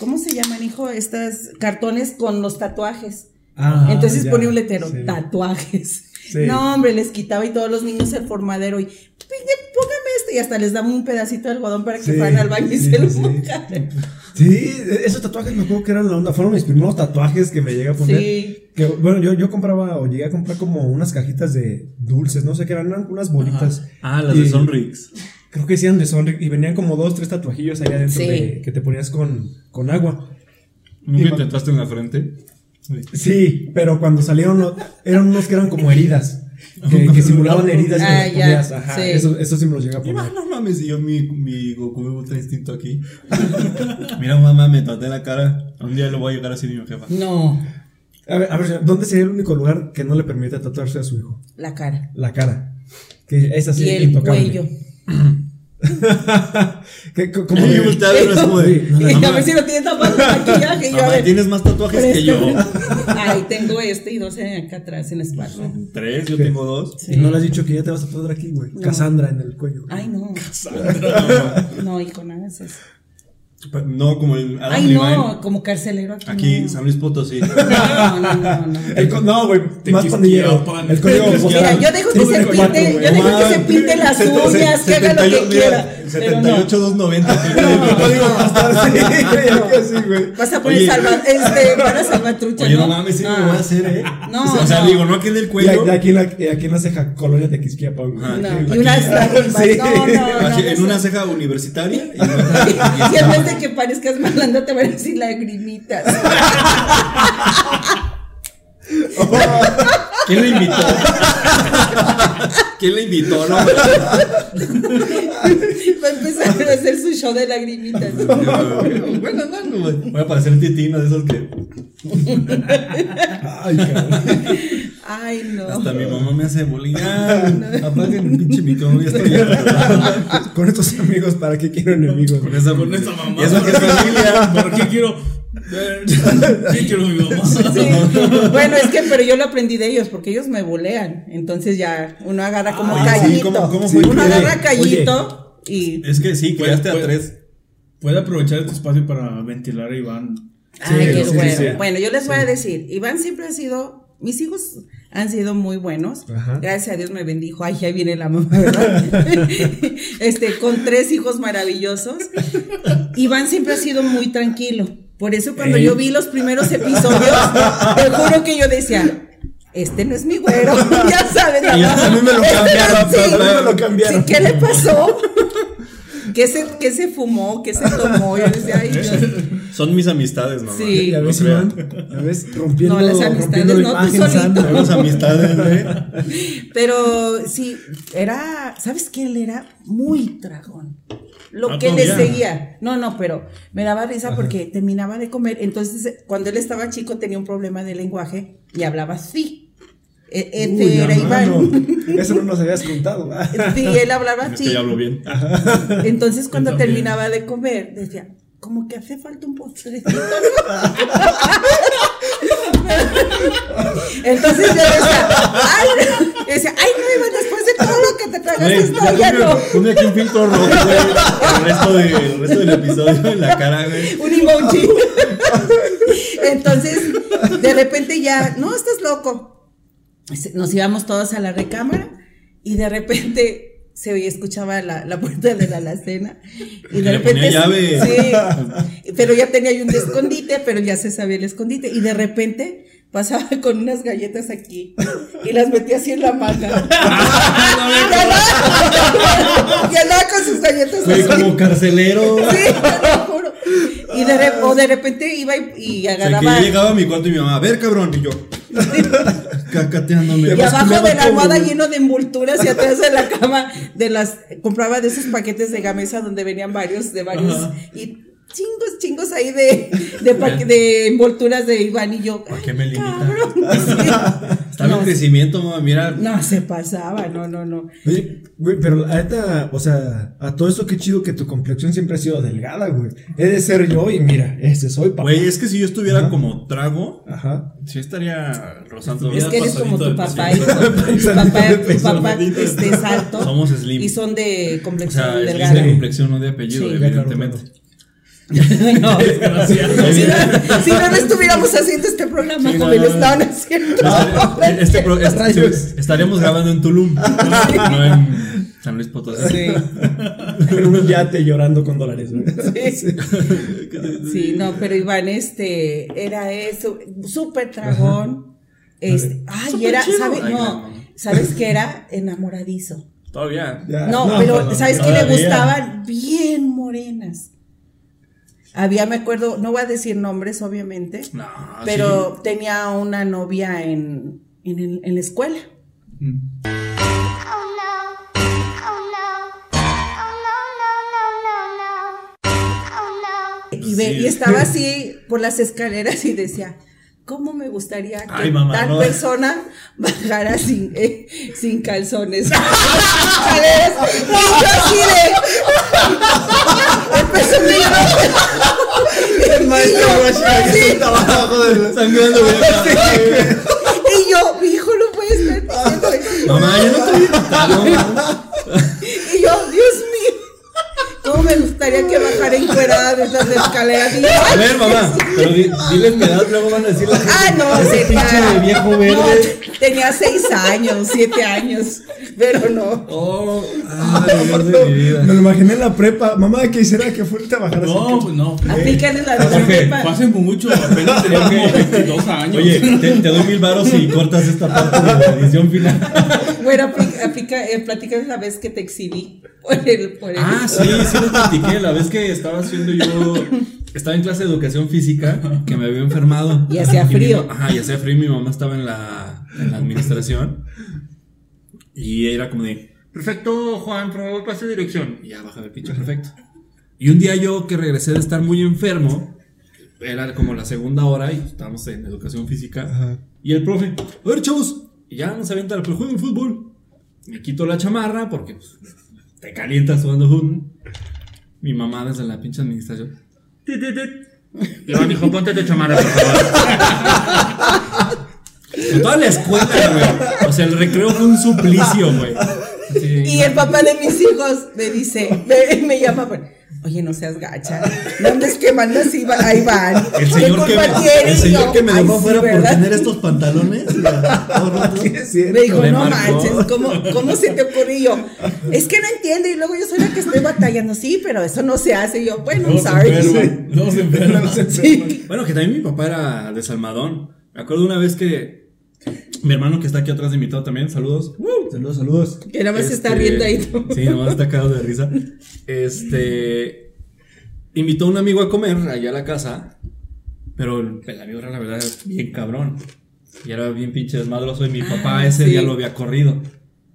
Speaker 4: ¿cómo se llaman, hijo? Estas cartones con los tatuajes.
Speaker 3: Ah,
Speaker 4: Entonces
Speaker 3: ya,
Speaker 4: ponía un letrero,
Speaker 3: sí.
Speaker 4: tatuajes.
Speaker 3: Sí.
Speaker 4: No, hombre, les quitaba y todos los niños el formadero y "Venga, póngame esto y hasta les daba un pedacito de algodón para que
Speaker 3: Sí,
Speaker 4: fueran al baño y
Speaker 3: sí,
Speaker 4: se lo
Speaker 3: sí.
Speaker 4: mojaran.
Speaker 3: Sí, e-, esos tatuajes me acuerdo que eran la onda. Fueron mis primeros tatuajes que me llegué a poner.
Speaker 4: Sí.
Speaker 3: Que, bueno, yo, yo compraba o llegué a comprar como unas cajitas de dulces, no sé qué eran, eran unas bolitas.
Speaker 1: Ah, las de
Speaker 3: Y-
Speaker 1: Sonrix.
Speaker 3: Creo que sí eran de Sonic y venían como dos, tres tatuajillos allá adentro
Speaker 4: Sí.
Speaker 3: de- que te ponías con, con agua.
Speaker 1: ¿Nunca intentaste en la frente?
Speaker 3: Sí, pero cuando salieron los- eran unos que eran como heridas, que, que simulaban heridas.
Speaker 4: Ah,
Speaker 3: que te
Speaker 4: ya,
Speaker 3: ponías, Ajá,
Speaker 4: sí.
Speaker 3: eso, eso sí me los llegué a
Speaker 1: Iván,
Speaker 3: poner.
Speaker 1: no mames, y yo mi, mi Goku Ultra Instinto aquí. Mira, mamá, me traté la cara. Un día lo voy a llegar así, mi jefa.
Speaker 4: No,
Speaker 3: A ver, a ver, señor, ¿dónde sería el único lugar que no le permite tatuarse a su hijo?
Speaker 4: la cara.
Speaker 3: La cara. Que es así
Speaker 4: y el
Speaker 3: intocable.
Speaker 4: cuello.
Speaker 3: Que co- como
Speaker 1: Como
Speaker 3: que-
Speaker 1: que volteaba a ver así como de,
Speaker 4: Y a
Speaker 1: "Mamá,
Speaker 4: ver si no tiene tapado de maquillaje. y Yo, a
Speaker 1: mamá,
Speaker 4: ver,
Speaker 1: tienes más tatuajes que yo.
Speaker 4: préstame. Ay, tengo este y dos acá atrás en la espalda.
Speaker 1: Son Tres, yo tengo dos.
Speaker 3: Y no le has dicho que ya te vas a tatuar aquí, güey.
Speaker 4: No.
Speaker 3: Cassandra en el cuello.
Speaker 4: Ay, no. No, hijo, nada es eso.
Speaker 1: No, como el Adam
Speaker 4: Ay,
Speaker 1: Levine.
Speaker 4: no, como carcelero aquí.
Speaker 1: Aquí,
Speaker 4: no.
Speaker 1: San Luis Potosí.
Speaker 4: No, no, no, no.
Speaker 3: El co- no, güey,
Speaker 2: Te
Speaker 3: más
Speaker 2: quisqueo,
Speaker 3: pandillero.
Speaker 2: pan.
Speaker 3: El código
Speaker 4: Mira,
Speaker 2: Mira,
Speaker 3: postal.
Speaker 4: yo dejo ¿eh? que se
Speaker 3: Triple cuatro,
Speaker 4: pinte, yo
Speaker 3: güey.
Speaker 4: dejo que se pinte las
Speaker 1: Seten-
Speaker 4: uñas, que haga lo que
Speaker 1: 78,
Speaker 4: quiera.
Speaker 1: mira,
Speaker 4: Pero no.
Speaker 1: 78, 290.
Speaker 3: El código postal, sí, güey, algo así, güey.
Speaker 4: Vas a poner
Speaker 1: Oye.
Speaker 4: salva, este, para salvatrucha,
Speaker 1: Oye,
Speaker 4: ¿no?
Speaker 1: no mames, sí me
Speaker 4: Ah.
Speaker 1: lo voy a hacer, ¿eh?
Speaker 4: No,
Speaker 1: O sea,
Speaker 4: no.
Speaker 1: digo, no aquí en el
Speaker 3: Y
Speaker 1: cuello.
Speaker 3: aquí, aquí en la, y aquí en la ceja, colonia de Quisquiapa, güey.
Speaker 1: Ajá.
Speaker 2: Ah,
Speaker 4: No,
Speaker 1: Aquí.
Speaker 4: y unas
Speaker 3: Sí.
Speaker 4: lágrimas. No, no, no.
Speaker 1: Así, en
Speaker 4: no
Speaker 1: una
Speaker 4: sé.
Speaker 1: ceja universitaria. y en
Speaker 4: Si
Speaker 1: otra-
Speaker 4: en vez de que parezcas malando te van a decir lagrimitas.
Speaker 1: ¿Quién le invitó? ¿Quién le invitó? No,
Speaker 4: Va a empezar a hacer su show de lagrimitas.
Speaker 1: bueno, no, como- voy a parecer un titino de esos que
Speaker 3: Ay, cabrón.
Speaker 4: Ay, no.
Speaker 1: hasta mi mamá me hace bullying. Ah, Apaguen el pinche micrófono, ya estoy
Speaker 3: Con estos amigos, ¿para qué quiero enemigos?
Speaker 1: Con esa,
Speaker 2: Con esa mamá.
Speaker 1: Y eso que es familia.
Speaker 2: ¿Por qué quiero? Eh, Sí, quiero mi mamá.
Speaker 4: Sí. Bueno, es que, pero yo lo aprendí de ellos, porque ellos me bolean. Entonces ya uno agarra como
Speaker 1: Ay, sí,
Speaker 4: callito.
Speaker 1: ¿cómo- cómo
Speaker 3: fue?
Speaker 4: uno
Speaker 3: Oye,
Speaker 4: agarra callito y.
Speaker 1: Es que sí, creaste a tres.
Speaker 2: Puede aprovechar este espacio para ventilar a Iván.
Speaker 4: Ay,
Speaker 3: Sí,
Speaker 4: qué
Speaker 3: sí,
Speaker 4: bueno.
Speaker 3: sí.
Speaker 4: Bueno, yo les voy a decir, Iván siempre ha sido, mis hijos han sido muy buenos.
Speaker 3: Ajá.
Speaker 4: Gracias a Dios me bendijo. Ay, ya viene la mamá, ¿verdad? este, con tres hijos maravillosos. Iván siempre ha sido muy tranquilo. Por eso cuando
Speaker 3: Ey.
Speaker 4: yo vi los primeros episodios, te juro que yo decía, este no es mi güero, ya sabes. la
Speaker 1: Y
Speaker 4: mamá,
Speaker 1: a mí me lo
Speaker 4: "Este no es
Speaker 1: cambiaron,
Speaker 4: mi-
Speaker 1: a mí me
Speaker 3: lo cambiaron".
Speaker 4: sí, ¿Qué le pasó? ¿Qué se, ¿Qué se fumó? ¿Qué se tomó? Yo decía, ay, Dios.
Speaker 1: Son mis amistades, mamá.
Speaker 4: Sí.
Speaker 3: Ya
Speaker 1: No
Speaker 3: ves,
Speaker 1: crean.
Speaker 3: Iván, ya ves, rompiendo,
Speaker 4: No, las amistades,
Speaker 3: rompiendo la
Speaker 4: no, tú
Speaker 3: imagen
Speaker 4: solito.
Speaker 3: santa.
Speaker 1: Tenemos amistades, güey.
Speaker 4: Pero sí, era, ¿sabes quién era? Muy dragón. Lo
Speaker 1: Ah,
Speaker 4: que le
Speaker 1: todavía.
Speaker 4: seguía. No, no, pero me daba risa porque terminaba de comer. Entonces, cuando él estaba chico tenía un problema de lenguaje y hablaba así. E- Este
Speaker 3: Uy,
Speaker 4: era
Speaker 3: hermano,
Speaker 4: Iván.
Speaker 3: Eso no nos habías contado.
Speaker 4: Sí, él hablaba
Speaker 1: Es
Speaker 4: así.
Speaker 1: que ya hablo bien.
Speaker 4: Ah, Entonces cuando
Speaker 2: también.
Speaker 4: terminaba de comer, decía, como que hace falta un postrecito. ¿no?" Entonces yo decía, ay, no". Yo decía, ay, no, Iván, después de todo lo que te tragaste,
Speaker 1: Güey,
Speaker 4: no, ya no.
Speaker 1: ponme aquí un filtro rojo, güey. El resto, de, el resto del episodio en la cara, güey.
Speaker 4: Un emoji. Entonces, de repente ya, no, estás loco. Nos íbamos todos a la recámara y de repente se oía, escuchaba la, la puerta de la alacena. Y de
Speaker 1: Le
Speaker 4: repente.
Speaker 1: ponía llave.
Speaker 4: Sí. Pero ya tenía yo un escondite, pero ya se sabía el escondite. Y de repente pasaba con unas galletas aquí y las metía así en la manga.
Speaker 1: Ah,
Speaker 4: y andaba- y andaba con sus galletas
Speaker 1: Güey,
Speaker 4: así.
Speaker 1: como carcelero. O
Speaker 4: Sí, te lo juro. Y de, re- o de repente iba y, y
Speaker 1: sea, que
Speaker 4: agarraba.
Speaker 1: yo llegaba a mi cuarto y mi mamá, a ver, cabrón, y yo, cacateándome.
Speaker 4: y
Speaker 1: güey.
Speaker 4: abajo de la
Speaker 3: todo,
Speaker 4: almohada
Speaker 3: güey.
Speaker 4: lleno de envolturas y atrás de la cama de las compraba de esos paquetes de gamesa donde venían varios de varios
Speaker 1: Ajá.
Speaker 4: y chingos chingos ahí de de, pa- de envolturas de Iván y yo.
Speaker 1: ¿Por qué me
Speaker 4: "Ay,
Speaker 1: limita?"
Speaker 4: cabrón. Sí.
Speaker 1: Está mi crecimiento, mamá, mira.
Speaker 4: No se pasaba, no, no, no.
Speaker 3: Oye, güey, pero la neta, o sea, a todo eso qué chido que tu complexión siempre ha sido delgada, güey. He de ser yo y mira, este soy papá.
Speaker 1: Güey, es que si yo estuviera
Speaker 3: Ajá.
Speaker 1: como trago,
Speaker 3: Ajá.
Speaker 1: sí estaría rozando.
Speaker 4: Es que eres como tu papá, hijo. Tu
Speaker 3: Pasadito
Speaker 4: papá,
Speaker 3: de
Speaker 4: tu
Speaker 3: peso,
Speaker 4: papá
Speaker 1: pasadito de
Speaker 4: este,
Speaker 1: peso.
Speaker 4: salto.
Speaker 1: Somos slim.
Speaker 4: Y son de
Speaker 1: O
Speaker 4: complexión
Speaker 1: sea, es
Speaker 4: delgada.
Speaker 1: de complexión, no de apellido,
Speaker 4: Sí.
Speaker 1: evidentemente.
Speaker 4: No, si,
Speaker 1: Evidente-
Speaker 4: no, si no, no estuviéramos haciendo este programa
Speaker 1: Sí,
Speaker 4: como
Speaker 1: no,
Speaker 4: lo
Speaker 1: no,
Speaker 4: estaban haciendo.
Speaker 1: No, este pro- este-
Speaker 3: Rayos.
Speaker 1: estaríamos grabando en Tulum, no, no en San Luis Potosí.
Speaker 4: Sí,
Speaker 3: En un yate llorando con dólares, güey.
Speaker 4: sí. Sí, no, pero Iván, este, era eso, súper tragón. Este, ay,
Speaker 1: Súper
Speaker 4: era,
Speaker 1: chido.
Speaker 4: ¿sabe?
Speaker 1: Ay,
Speaker 4: No,
Speaker 1: no.
Speaker 4: ¿sabes qué era? Enamoradizo.
Speaker 1: Todavía.
Speaker 3: Ya.
Speaker 4: No,
Speaker 3: No,
Speaker 4: pero
Speaker 3: no, no,
Speaker 4: ¿sabes
Speaker 1: no,
Speaker 4: qué le
Speaker 1: todavía.
Speaker 4: gustaban? Bien morenas. Había, me acuerdo, no voy a decir nombres, obviamente,
Speaker 1: No,
Speaker 4: pero tenía una novia en, en, el- en la escuela.
Speaker 6: Oh no. Oh no. Oh no, no, no, no, no. Oh no.
Speaker 4: Y, ve-
Speaker 1: Sí.
Speaker 4: y estaba así por las escaleras y decía, ¿cómo me gustaría que
Speaker 1: Ay, mamá,
Speaker 4: tal
Speaker 1: no.
Speaker 4: persona bajara sin, eh, sin calzones? Escaleras. Y yo así de- Empezó mi Y yo, sí.
Speaker 1: abajo de sangrando, güey.
Speaker 4: Y yo, mi hijo no puede estar diciendo eso.
Speaker 1: Mamá, yo Ah, no estoy invitado.
Speaker 4: Y yo, Dios mío. ¿Cómo me gustaría que bajara encuerada de esas escaleras? Y yo,
Speaker 1: A
Speaker 4: ay,
Speaker 1: ver, mamá, pero di- diles mi edad, luego van a decir la gente.
Speaker 4: Ah, no,
Speaker 1: "Ese
Speaker 4: se
Speaker 1: pinche de viejo verde.
Speaker 4: tenía seis años, siete años, pero no.
Speaker 1: Oh, ay, Dios de mi vida.
Speaker 3: Me lo imaginé en la prepa. Mamá, quisiera que fuera a trabajar
Speaker 2: No, pues
Speaker 4: Ah,
Speaker 2: no.
Speaker 4: Aplícale la
Speaker 1: Jorge,
Speaker 4: prepa.
Speaker 2: Fue hace mucho, apenas tenía como 22 años.
Speaker 1: Oye, te, te doy mil varos y cortas esta parte de la edición final.
Speaker 4: Bueno, aplica, aplica, eh, platícame la vez que te exhibí por el, por el-
Speaker 1: Ah, sí, sí lo platiqué. La vez que estaba haciendo yo. Estaba en clase de educación física, que me había enfermado.
Speaker 4: Y hacía
Speaker 1: mi
Speaker 4: frío.
Speaker 1: ma- ajá, y hacía frío y mi mamá estaba en la, en la administración. Y era como de: Perfecto, Juan, por favor, pase dirección. Y ya baja el pinche perfecto. Y un día yo que regresé de estar muy enfermo, era como la segunda hora y estábamos en educación física.
Speaker 3: Ajá.
Speaker 1: Y el profe, a ver, chavos, y ya nos avienta el juego de fútbol. Me quito la chamarra porque pues, te calientas jugando fútbol. Mi mamá desde la pinche administración. "Tit, tit, tit". Iván dijo, ponte tu chamarra, por favor. En toda la escuela, güey. O sea, el recreo fue un suplicio, güey. Sí.
Speaker 4: Y el papá de mis hijos me dice, me, me llama, bueno, oye, no seas gacha, no andes quemando así, va- ahí van.
Speaker 1: El señor, que
Speaker 4: ¿Qué culpa
Speaker 1: me,
Speaker 4: tiene?
Speaker 1: el
Speaker 4: Y
Speaker 1: señor
Speaker 4: yo,
Speaker 1: que me
Speaker 4: "Ay,
Speaker 1: dejó
Speaker 4: sí,
Speaker 1: fuera por
Speaker 4: ¿verdad?".
Speaker 1: tener este estos pantalones. mira, todo roto.
Speaker 3: ¿Qué es cierto?
Speaker 4: Me dijo,
Speaker 1: Le
Speaker 4: no
Speaker 1: marcó.
Speaker 4: manches, ¿cómo, ¿cómo se te ocurrió? Y yo, es que no entiendo. Y luego yo soy la que estoy batallando, sí, pero eso no se hace. Y yo, bueno, I'm
Speaker 2: Luego se
Speaker 4: sorry.
Speaker 2: enferma, luego se enferma.
Speaker 4: Sí.
Speaker 1: Bueno, que también mi papá era desalmadón. Me acuerdo una vez que Mi hermano que está aquí atrás de invitado también, saludos. Saludos, saludos.
Speaker 4: Que nada más se
Speaker 1: Este,
Speaker 4: está riendo ahí tú.
Speaker 1: Sí, nada más está cagado de risa. Este. Invitó a un amigo a comer allá a la casa, pero el, el amigo era la verdad bien cabrón. Y era bien pinche desmadroso y mi papá ese
Speaker 4: Ah, sí.
Speaker 1: día lo había corrido.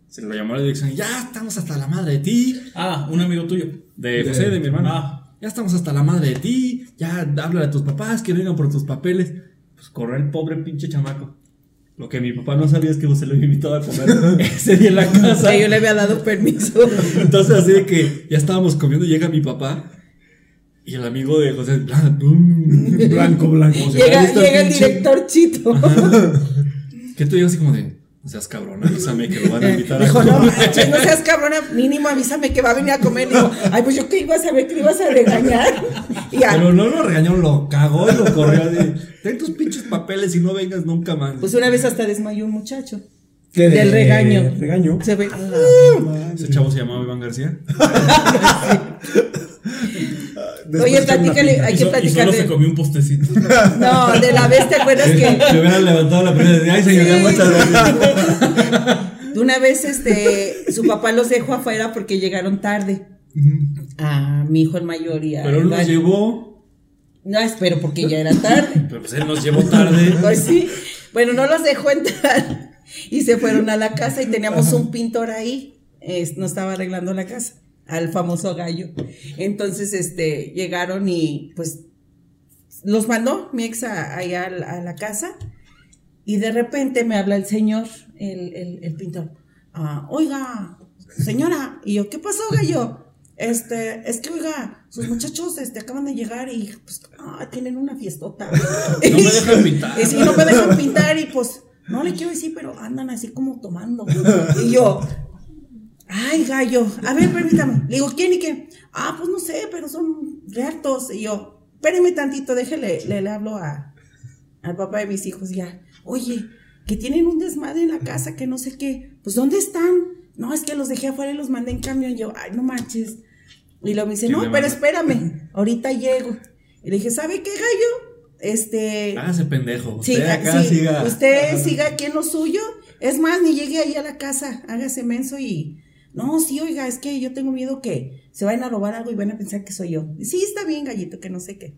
Speaker 1: Se lo llamó a la dirección y ya estamos hasta la madre de ti.
Speaker 2: Ah, un amigo tuyo.
Speaker 1: De José, de mi hermano.
Speaker 2: Ah.
Speaker 1: Ya estamos hasta la madre de ti. Ya habla a tus papás que vengan por tus papeles. Pues corre el pobre pinche chamaco. Lo que mi papá no sabía es que José lo había invitado a comer ese día en la casa.
Speaker 4: Que yo le había dado permiso.
Speaker 1: Entonces, así de que ya estábamos comiendo, llega mi papá. Y el amigo de José, bla, bum,
Speaker 3: Blanco, blanco.
Speaker 1: como si fuera
Speaker 4: llega
Speaker 1: esta
Speaker 4: llega el
Speaker 1: pinche-
Speaker 4: director Chito.
Speaker 1: Que tú llegas así como de, no seas cabrón, avísame que lo van a invitar a
Speaker 4: Dijo, no,
Speaker 1: comer".
Speaker 4: manches, no seas cabrona, mínimo avísame que va a venir a comer. Digo, ay, pues yo qué iba a saber que le ibas a regañar. Y ya,
Speaker 1: Pero no lo regañó, lo cagó y lo corrió así. Ten tus pinches papeles y no vengas nunca más.
Speaker 4: pues una vez hasta desmayó un muchacho.
Speaker 3: ¿Qué de-
Speaker 4: Del regaño.
Speaker 3: Eh, Regaño.
Speaker 4: Se ve.
Speaker 1: Ese chavo se llamaba Iván García.
Speaker 4: Oye, platícale, hay
Speaker 2: Y,
Speaker 4: que
Speaker 2: so- y
Speaker 4: platicar
Speaker 2: solo se
Speaker 4: de.
Speaker 2: comió un postecito.
Speaker 4: No, de la vez, ¿te acuerdas que
Speaker 1: Se hubieran levantado la primera y ay,
Speaker 4: Sí.
Speaker 1: señor, ya muchas gracias.
Speaker 4: De una vez, este, su papá los dejó afuera porque llegaron tarde. A mi hijo el mayor y a
Speaker 1: Pero él nos
Speaker 4: Iván.
Speaker 1: llevó,
Speaker 4: No, espero porque ya era tarde.
Speaker 1: pero pues él nos llevó tarde.
Speaker 4: Pues sí. Bueno, no los dejó entrar y se fueron a la casa y teníamos un pintor ahí. eh, no estaba arreglando la casa, al famoso gallo. Entonces, este, llegaron y pues los mandó mi ex a, allá a la- a la casa. Y de repente me habla el señor, el, el- el pintor. Ah, oiga, señora. Y yo, ¿qué pasó, gallo? Este, es que, oiga, sus muchachos este, acaban de llegar y pues, ah, tienen una fiestota.
Speaker 1: No me dejan pintar.
Speaker 4: Y sí, no me dejan pintar y pues, no le quiero decir, pero andan así como tomando. Y yo, ay, gallo, a ver, permítame. Le digo, ¿quién y qué? Ah, pues no sé, pero son reactos. Y yo, espéreme tantito, déjele, le, le hablo a, al papá de mis hijos ya. Oye, que tienen un desmadre en la casa, que no sé qué. Pues, ¿dónde están? No, es que los dejé afuera y los mandé en camión. Y yo, ay, no manches. Y luego me dice,
Speaker 1: ¿Quién
Speaker 4: no,
Speaker 1: le manda?
Speaker 4: pero espérame, ahorita llego. Y le dije, ¿sabe qué, gallo? Este,
Speaker 1: Hágase pendejo. Usted
Speaker 4: Sí,
Speaker 1: acá
Speaker 4: sí,
Speaker 1: siga.
Speaker 4: Usted siga aquí en lo suyo. Es más, ni llegue ahí a la casa, hágase menso y. No, sí, oiga, es que yo tengo miedo que se vayan a robar algo y van a pensar que soy yo. Sí, está bien, gallito, que no sé qué.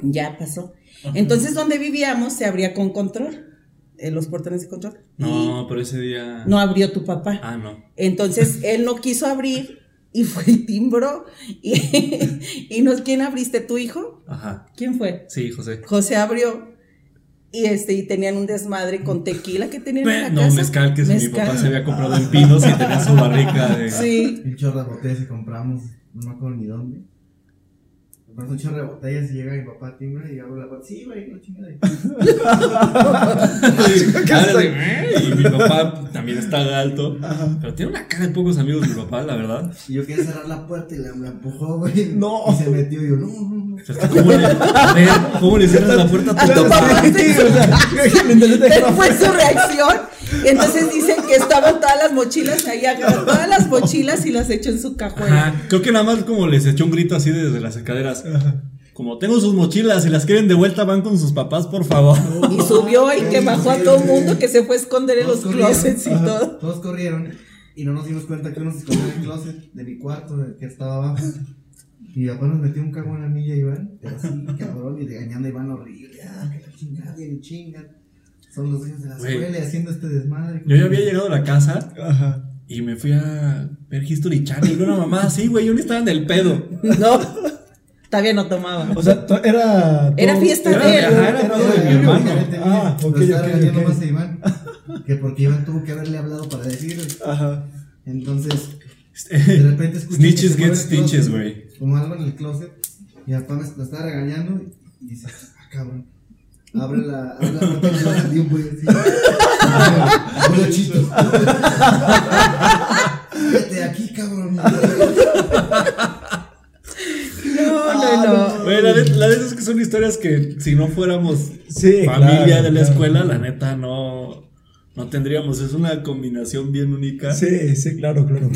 Speaker 4: Ya pasó. Entonces, donde vivíamos se abría con control, eh, los portones de control.
Speaker 1: No, pero ese día.
Speaker 4: Y no abrió tu papá.
Speaker 1: Ah, no.
Speaker 4: Entonces él no quiso abrir y fue y timbró. Y, y no, ¿quién abriste? ¿Tu hijo?
Speaker 1: Ajá.
Speaker 4: ¿Quién fue?
Speaker 1: Sí, José.
Speaker 4: José abrió y este y tenían un desmadre con tequila que tenían en la
Speaker 1: No,
Speaker 4: casa.
Speaker 1: mezcal que mi papá
Speaker 4: Mezcal.
Speaker 1: se había comprado en Pinos y tenía su barrica de.
Speaker 4: Sí.
Speaker 7: un chorro de botellas que compramos, no me acuerdo ni dónde. Compramos un chorro de botellas y llega mi papá, timbra y abro la puerta. Sí, güey, no chingada.
Speaker 1: Cara de, "Eh", Y mi papá también está alto. Pero tiene una cara de pocos amigos, mi papá, la verdad.
Speaker 7: Y yo quería cerrar la puerta y la, la empujó, güey.
Speaker 3: No.
Speaker 7: Y se metió y yo, no, no, no.
Speaker 1: O sea, es que ¿Cómo le, a ver, ¿cómo le cierras la puerta
Speaker 4: A tu papá. ¿Cuál
Speaker 3: Pero
Speaker 4: fue su reacción? Y entonces dicen que estaban todas las mochilas ahí, agarró todas las mochilas y las echó en su cajuela.
Speaker 1: Ajá, creo que nada más como les echó un grito así desde las escaleras. Como tengo sus mochilas, si las quieren de vuelta, van con sus papás, por favor.
Speaker 4: Y subió y que bajó a todo el mundo que se fue a esconder en los
Speaker 7: corrieron,
Speaker 4: closets y
Speaker 7: ajá,
Speaker 4: todo.
Speaker 7: Todos corrieron y no nos dimos cuenta que uno se escondió en el closet de mi cuarto, del que estaba abajo. Y papá nos metió un cagón a mí y a Iván, pero así, cabrón, y regañando a Iván horrible. Ah, que la chingada, y le chingan. Son los hijos de la
Speaker 1: Güey.
Speaker 7: escuela y haciendo este desmadre.
Speaker 1: Yo ya había llegado a la casa y me fui a ver History Channel. Una mamá así, güey, yo ni estaba en el pedo.
Speaker 4: No. Todavía no tomaba.
Speaker 3: O sea, to- era.
Speaker 4: Era
Speaker 3: todo-
Speaker 4: fiesta
Speaker 1: de él.
Speaker 3: Era, era todo de mi hermano. Ah, ok,
Speaker 7: Lo
Speaker 3: ok,
Speaker 7: estaba regañando más a
Speaker 3: ok.
Speaker 7: Iván. Que porque Iván tuvo que haberle hablado para decirle.
Speaker 3: Ajá.
Speaker 7: Entonces, de repente escuché. que
Speaker 1: Snitches
Speaker 7: se
Speaker 1: get
Speaker 7: mueve el closet,
Speaker 1: stitches, güey.
Speaker 7: Como algo en el closet. Y papá me lo estaba regañando. Y dice, ah, cabrón. Abre la, abre la puerta y le salió un güey así. Bueno, chito. Vete de aquí, cabrón.
Speaker 4: No, no, no.
Speaker 1: Güey, la, neta- la neta es que son historias que si no fuéramos
Speaker 3: Sí,
Speaker 1: familia
Speaker 3: claro,
Speaker 1: de la
Speaker 3: claro.
Speaker 1: escuela, la neta no, no tendríamos. Es una combinación bien única.
Speaker 3: Sí, sí, claro, claro.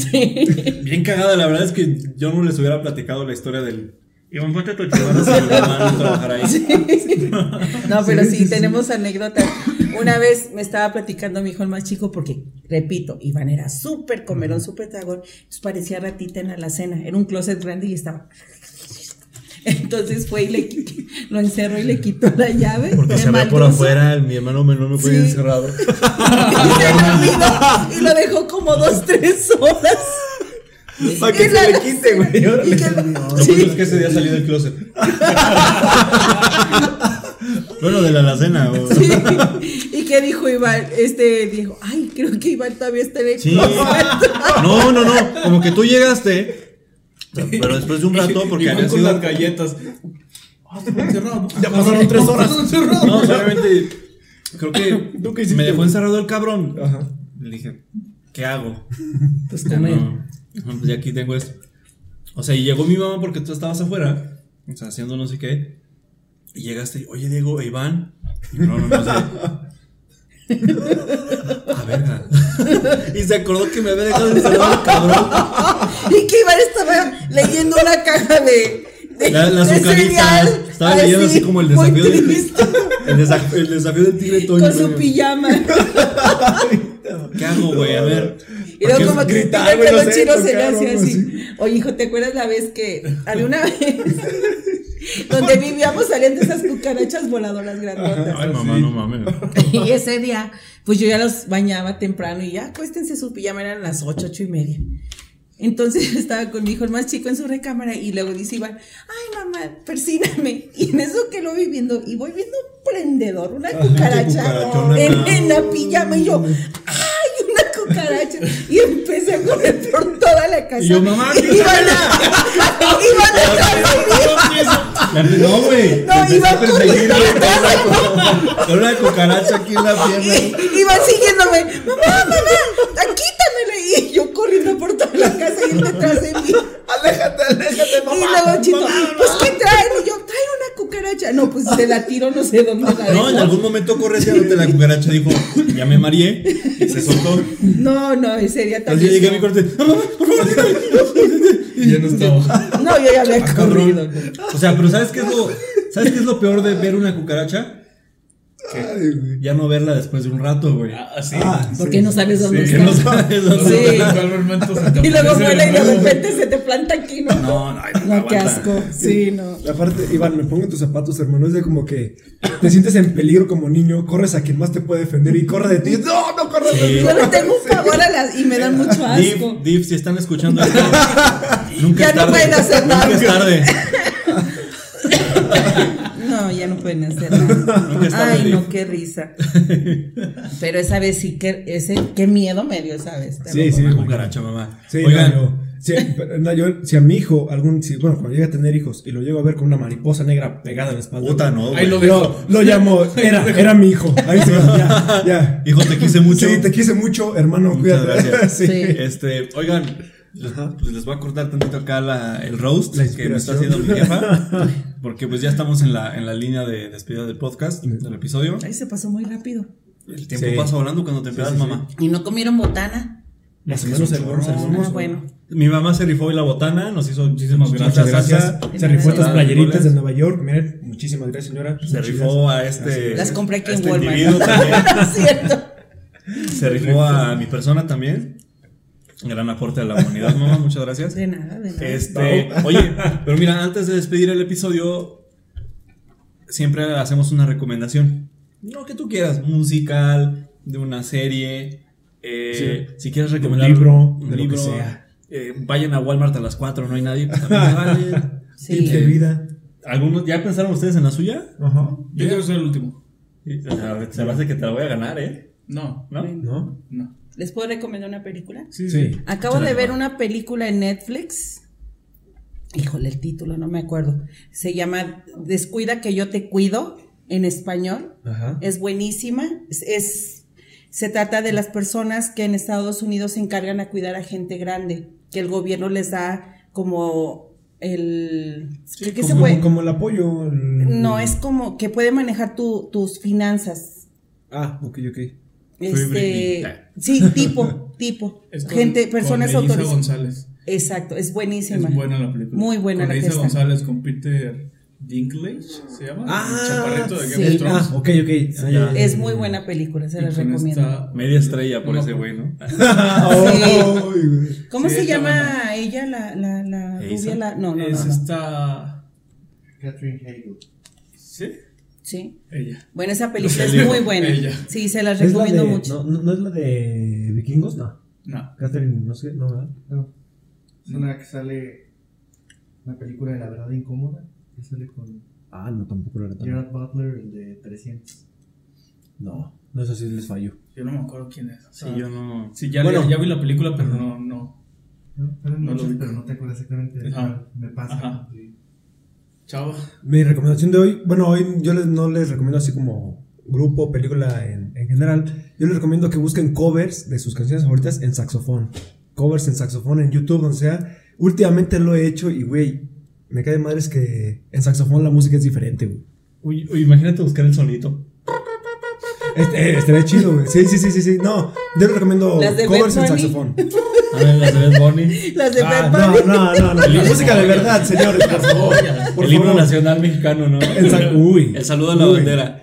Speaker 1: Bien cagada, la verdad es que yo no les hubiera platicado la historia del. Y me ponte tu chivano si mi hermano trabajar ahí.
Speaker 4: No, pero
Speaker 3: Sí,
Speaker 4: sí,
Speaker 3: sí, sí.
Speaker 4: tenemos anécdotas. Una vez me estaba platicando mi hijo el más chico, porque, repito, Iván era súper comerón, súper tragón, entonces parecía ratita en la alacena. Era un closet grande y estaba. Entonces fue y le qui- lo encerró y le quitó la llave.
Speaker 1: Porque
Speaker 4: me
Speaker 1: se ve por
Speaker 4: maltrató.
Speaker 1: afuera, mi hermano menor me puede
Speaker 4: Sí.
Speaker 1: encerrado.
Speaker 4: Y se lo olvidó, y lo dejó como dos, tres horas.
Speaker 1: Para que
Speaker 4: En la
Speaker 1: se le quite,
Speaker 4: alacena.
Speaker 1: güey. órale.
Speaker 4: Y que-
Speaker 1: Lo
Speaker 4: sí.
Speaker 1: bueno es que ese día salí del closet. bueno, de la alacena. o-
Speaker 4: Sí. Y que dijo Iván, este dijo, ay, creo que Iván todavía está en el
Speaker 1: Sí.
Speaker 4: closet".
Speaker 1: No, no, no. Como que tú llegaste. Pero después de un rato, porque
Speaker 2: Iván
Speaker 1: había
Speaker 2: con las
Speaker 1: sido.
Speaker 2: galletas. Ah, está encerrado.
Speaker 3: Ya pasaron tres horas.
Speaker 2: Está encerrado.
Speaker 1: No, solamente. Creo que me dejó encerrado el cabrón.
Speaker 3: Ajá.
Speaker 1: Le dije, ¿qué hago?
Speaker 4: Pues
Speaker 1: Ya
Speaker 4: comer.
Speaker 1: no, no, pues ya aquí tengo esto. O sea, y llegó mi mamá porque tú estabas afuera, o sea, haciendo no sé qué. Y llegaste, y, oye Diego, e Iván. Y yo, no, no, no sé. A verga. Y se acordó que me había dejado encerrado el cabrón.
Speaker 4: Y que Iván estaba leyendo una caja de. de-
Speaker 1: La, la
Speaker 4: de
Speaker 1: azucarita.
Speaker 4: cereal,
Speaker 1: Estaba leyendo así como el
Speaker 4: muy
Speaker 1: desafío del
Speaker 4: triste,
Speaker 1: el, desa- el desafío del tigre Toño.
Speaker 4: Con su pijama.
Speaker 1: ¿Qué hago, güey? A ver.
Speaker 4: Y luego
Speaker 1: Porque
Speaker 4: como que
Speaker 3: gritar, güey,
Speaker 4: mira que
Speaker 3: no
Speaker 4: los
Speaker 3: sé,
Speaker 4: chinos se le
Speaker 3: tocar o
Speaker 4: hacía
Speaker 3: algo
Speaker 4: así. Oye, hijo, ¿te acuerdas la vez que había una vez donde vivíamos saliendo esas cucarachas voladoras grandotas?
Speaker 1: Ay, mamá, no mames.
Speaker 4: Y ese día, pues yo ya los bañaba temprano y ya, acuéstense su pijama, eran las ocho, ocho y media. Entonces estaba con mi hijo el más chico en su recámara y luego dice Iván, ay mamá, persíname. Y en eso que lo vi viendo y voy viendo un prendedor, una cucaracha
Speaker 1: cucarachona Mm.
Speaker 4: en,
Speaker 1: acá.
Speaker 4: en la pijama y yo, ay, una cucaracha. Y empecé a correr por toda la casa.
Speaker 1: Y yo, "Mamá,
Speaker 4: Y Iván, a- Iván atrás de mí.
Speaker 1: Ah, No, güey.
Speaker 4: No,
Speaker 1: Empecé
Speaker 4: iba
Speaker 1: a perseguir
Speaker 4: corriendo.
Speaker 1: con una cucaracha aquí en la pierna.
Speaker 4: Y iba siguiéndome, mamá, mamá, quítamela. Y yo corriendo por toda la casa y él detrás de mí.
Speaker 1: Aléjate, aléjate,
Speaker 4: Y luego Chito, pues ¿qué traen? Y yo, traen una cucaracha. No, pues se la tiro, no sé dónde la
Speaker 1: No, en
Speaker 4: dejo.
Speaker 1: algún momento corre hacia donde la cucaracha dijo, ya me mareé, y se soltó.
Speaker 4: No, no, ese día
Speaker 1: Entonces yo
Speaker 4: también.
Speaker 1: llegué a mi corte, "No, mamá, por favor, déjame".
Speaker 2: Y Ya no estaba.
Speaker 4: No, yo ya había
Speaker 1: Ah,
Speaker 4: corrido.
Speaker 1: cabrón. O sea, pero ¿sabes qué es lo, ¿sabes qué es lo peor de ver una cucaracha? Ya no verla después de un rato, güey.
Speaker 2: Así.
Speaker 3: Ah.
Speaker 4: Porque no sabes dónde
Speaker 1: Que
Speaker 4: está.
Speaker 1: no sabes dónde
Speaker 4: Sí.
Speaker 1: está.
Speaker 4: Y luego vuela y de repente se te planta aquí, ¿no?
Speaker 1: No, no, ay, no,
Speaker 4: No, qué
Speaker 1: aguanta.
Speaker 4: asco. Sí, no.
Speaker 3: Aparte, Iván, me pongo en tus zapatos, hermano. Es de como que te sientes en peligro como niño, corres a quien más te puede defender y corre de ti. No, no corres de
Speaker 1: Sí.
Speaker 3: mí.
Speaker 4: Yo le tengo un favor a las. Y me dan mucho
Speaker 1: Div,
Speaker 4: asco.
Speaker 1: Div, si están escuchando esto, nunca
Speaker 4: Ya
Speaker 1: es
Speaker 4: no
Speaker 1: tarde.
Speaker 4: pueden hacer nada.
Speaker 1: Nunca es tarde.
Speaker 4: No, ya no pueden hacer nada.
Speaker 1: Nunca está
Speaker 4: Ay,
Speaker 1: ready.
Speaker 4: no, qué risa. Pero esa vez sí que ese qué miedo me dio esa vez. te
Speaker 3: Sí,
Speaker 4: lo
Speaker 3: sí,
Speaker 1: Una
Speaker 3: güey.
Speaker 1: cucaracha, mamá.
Speaker 3: Sí,
Speaker 1: Oigan,
Speaker 3: no, yo- si, pero, no, yo- si a mi hijo, algún, si, bueno, cuando llegue a tener hijos y lo llego a ver con una mariposa negra pegada en la espalda,
Speaker 1: puta, no, güey.
Speaker 2: Ahí lo
Speaker 3: yo
Speaker 2: veo.
Speaker 3: lo llamo, era, era mi hijo. Ahí sí, ya, ya.
Speaker 1: Hijo, te quise mucho.
Speaker 3: Sí, te quise mucho, hermano,
Speaker 1: Muchas
Speaker 3: cuídate.
Speaker 1: gracias.
Speaker 3: Sí.
Speaker 4: Sí.
Speaker 1: Este, oigan, les, pues les voy a cortar tantito acá la- el roast
Speaker 3: La
Speaker 1: que me está
Speaker 3: inspiración.
Speaker 1: haciendo mi jefa. Porque pues ya estamos en la, en la línea de despedida del podcast, del episodio.
Speaker 4: juro. Ay, se pasó muy rápido.
Speaker 1: El tiempo
Speaker 3: Sí.
Speaker 1: pasa volando cuando te empiezas, mamá.
Speaker 4: Y no comieron botana.
Speaker 3: Más o menos, hermanos,
Speaker 4: No,
Speaker 3: hermanos.
Speaker 4: bueno.
Speaker 1: Mi mamá se rifó y la botana, nos hizo muchísimas
Speaker 3: Muchas
Speaker 1: gracias.
Speaker 3: gracias.
Speaker 1: Sasha.
Speaker 3: Se rifó estas
Speaker 1: Hola,
Speaker 3: playeritas
Speaker 1: hola.
Speaker 3: de Nueva York. Miren, muchísimas gracias, señora.
Speaker 1: Se rifó a este.
Speaker 4: Las compré aquí
Speaker 1: a
Speaker 4: en
Speaker 1: este
Speaker 4: Walmart.
Speaker 1: individuo también.
Speaker 4: Cierto.
Speaker 1: Se rifó a mi persona también. Gran aporte a la humanidad, mamá. Muchas gracias.
Speaker 4: De nada, de nada.
Speaker 1: Este, oye, pero mira, antes de despedir el episodio, siempre hacemos una recomendación. Lo que tú quieras, musical, de una serie. eh, Si quieres recomendar
Speaker 3: libro,
Speaker 1: un
Speaker 3: de lo
Speaker 1: libro,
Speaker 3: que sea.
Speaker 1: eh, vayan a Walmart a las 4, no hay nadie. pues también vale.
Speaker 4: Sí.
Speaker 3: Tips de vida.
Speaker 1: ¿Algunos, ¿Ya pensaron ustedes en la suya?
Speaker 3: Ajá.
Speaker 2: Yo quiero ser el último.
Speaker 1: Sí, o sea, Se me hace que te la voy a ganar, ¿eh?
Speaker 2: No,
Speaker 1: ¿No?
Speaker 3: ¿No?
Speaker 2: no.
Speaker 4: ¿Les puedo recomendar una película?
Speaker 3: Sí.
Speaker 4: Acabo de ver una película en Netflix. Híjole, el título, no me acuerdo. Se llama Descuida que yo te cuido en español.
Speaker 3: Ajá.
Speaker 4: Es buenísima. Es, es- se trata de las personas que en Estados Unidos se encargan a cuidar a gente grande, que el gobierno les da como el... ¿qué se
Speaker 3: como,
Speaker 4: puede?
Speaker 3: como el apoyo. el-
Speaker 4: No, es como que puede manejar tu- tus finanzas.
Speaker 3: Ah, ok, ok.
Speaker 1: Britney.
Speaker 4: Este, sí, tipo, tipo.
Speaker 2: Es con-
Speaker 4: gente,
Speaker 2: con
Speaker 4: personas
Speaker 2: Melissa
Speaker 4: autorizadas.
Speaker 2: González.
Speaker 4: Exacto, es buenísima.
Speaker 2: Es buena la película.
Speaker 4: Muy buena
Speaker 2: con
Speaker 4: la que
Speaker 2: Melissa
Speaker 4: está.
Speaker 2: González, con Peter Dinklage, ¿se llama?
Speaker 3: Ah,
Speaker 2: el chaparrito de Game
Speaker 4: sí.
Speaker 2: of Thrones.
Speaker 3: Ah, ok, ok. Ah, ya, ya, ya.
Speaker 4: Es muy buena película, se
Speaker 2: Y
Speaker 4: las
Speaker 2: con
Speaker 4: recomiendo.
Speaker 2: esta-
Speaker 1: Media estrella por
Speaker 2: no,
Speaker 1: ese güey, ¿no?
Speaker 3: Ay, güey.
Speaker 4: ¿Cómo
Speaker 2: Sí,
Speaker 4: se
Speaker 2: está
Speaker 4: llama
Speaker 2: buena.
Speaker 4: ella? La, la, la
Speaker 1: ¿Eiza?
Speaker 4: rubia, la. No, no, no.
Speaker 2: Es
Speaker 4: no.
Speaker 2: esta.
Speaker 7: Catherine Hagel.
Speaker 2: ¿Sí?
Speaker 4: Sí.
Speaker 2: Ella.
Speaker 4: Bueno, esa película
Speaker 1: No
Speaker 4: es
Speaker 1: sé,
Speaker 4: muy buena.
Speaker 2: ella.
Speaker 4: Sí, se las
Speaker 3: ¿Es la
Speaker 4: recomiendo
Speaker 3: de-
Speaker 4: mucho.
Speaker 3: No, no- ¿No es la de vikingos? No.
Speaker 2: No.
Speaker 3: Catherine, no sé, no, ¿verdad?
Speaker 7: No. Es una que sale. Una película de la verdad incómoda. Que sale con
Speaker 3: Ah, no, tampoco era tan.
Speaker 7: Gerard Butler, el de 300.
Speaker 3: No, no es así, les falló.
Speaker 2: Yo no me acuerdo quién es. O
Speaker 1: Sí,
Speaker 2: sea,
Speaker 1: yo no.
Speaker 2: sí, ya,
Speaker 3: Bueno.
Speaker 2: ya vi la película, pero no, no.
Speaker 7: No, salen
Speaker 2: No lo
Speaker 7: muchos,
Speaker 2: ubico.
Speaker 7: pero no te acuerdas exactamente de
Speaker 2: Ajá.
Speaker 7: cuál. Me pasa.
Speaker 2: Ajá.
Speaker 7: Sí.
Speaker 2: Chava.
Speaker 3: Mi recomendación de hoy, bueno, hoy yo les, no les recomiendo así como grupo, película en, en general. Yo les recomiendo que busquen covers de sus canciones favoritas en saxofón. Covers en saxofón en YouTube, donde sea. Últimamente lo he hecho y, güey, me cae de madres que en saxofón la música es diferente, güey.
Speaker 1: Uy, uy, imagínate buscar el sonito.
Speaker 3: Este, eh, estaría chido, güey. Sí, sí, sí, sí, sí. No, yo les recomiendo
Speaker 4: Las de Bad
Speaker 3: covers en
Speaker 4: Bunny.
Speaker 3: saxofón.
Speaker 1: A ver, las de Bad Bunny.
Speaker 4: Las de
Speaker 3: Ah,
Speaker 4: Bad
Speaker 3: no,
Speaker 4: Bunny.
Speaker 3: no, no, no. La música de verdad, señores, por favor. Por
Speaker 1: el himno
Speaker 3: favor.
Speaker 1: nacional mexicano, ¿no?
Speaker 3: El sa- uy.
Speaker 1: El saludo a la
Speaker 3: Uy.
Speaker 1: bandera.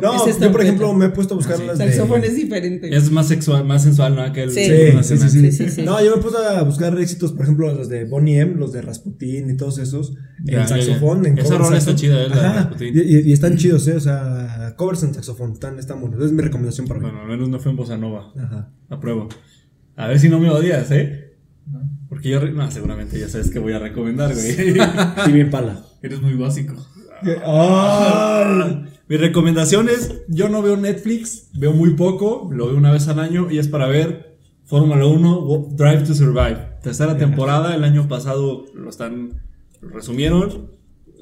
Speaker 3: No,
Speaker 4: Ese es
Speaker 3: yo por
Speaker 4: trompeta.
Speaker 3: ejemplo me he puesto a buscar las de...
Speaker 4: Saxofón es diferente.
Speaker 1: Es más sexual, más sensual, ¿no? Aquel
Speaker 4: Sí.
Speaker 1: himno
Speaker 3: Sí, sí,
Speaker 1: nacional.
Speaker 3: sí, sí.
Speaker 4: Sí, sí, sí.
Speaker 3: No, yo me puse a buscar éxitos, por ejemplo, los de Bonnie M, los de Rasputin y todos esos.
Speaker 1: Ya, ya, ya.
Speaker 3: en saxofón, en
Speaker 1: Esa rola está chida, eh, la de
Speaker 3: Ajá,
Speaker 1: Rasputín.
Speaker 3: Y, y- y están chidos, ¿eh? O sea, covers en saxofón, están, están buenos. Es mi recomendación para mí.
Speaker 1: Bueno, al menos no fue en Bossa Nova.
Speaker 3: Ajá.
Speaker 1: Apruebo. A ver si no me odias, ¿eh? Porque yo. re- No, seguramente ya sabes que voy a recomendar, güey.
Speaker 3: Y bien pala.
Speaker 2: Eres muy básico.
Speaker 3: ¡Ay!
Speaker 1: Mi recomendación es, yo no veo Netflix, veo muy poco, lo veo una vez al año y es para ver Fórmula 1 Wo- Drive to Survive. Tercera temporada, el año pasado lo están, lo resumieron,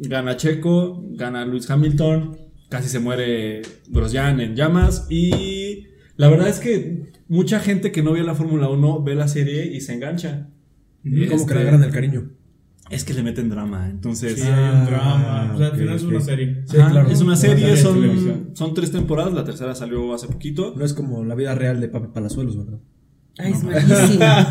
Speaker 1: gana Checo, gana Lewis Hamilton, casi se muere Grosjean en llamas y la verdad es que mucha gente que no vio la Fórmula 1 ve la serie y se engancha.
Speaker 3: Como
Speaker 1: Este,
Speaker 3: que le agarran el cariño.
Speaker 1: Es que le meten drama, entonces...
Speaker 2: Sí, hay un drama. O sea,
Speaker 3: ok,
Speaker 2: al final es una
Speaker 3: ok.
Speaker 2: serie.
Speaker 3: Sí,
Speaker 1: Ah, Ajá,
Speaker 3: claro.
Speaker 1: Es una
Speaker 3: Una
Speaker 1: serie,
Speaker 2: serie de
Speaker 1: son,
Speaker 2: televisión.
Speaker 1: son tres temporadas, la tercera salió hace poquito.
Speaker 3: No es como la vida real de Papi Palazuelos, ¿verdad?
Speaker 4: Ay, es malísima.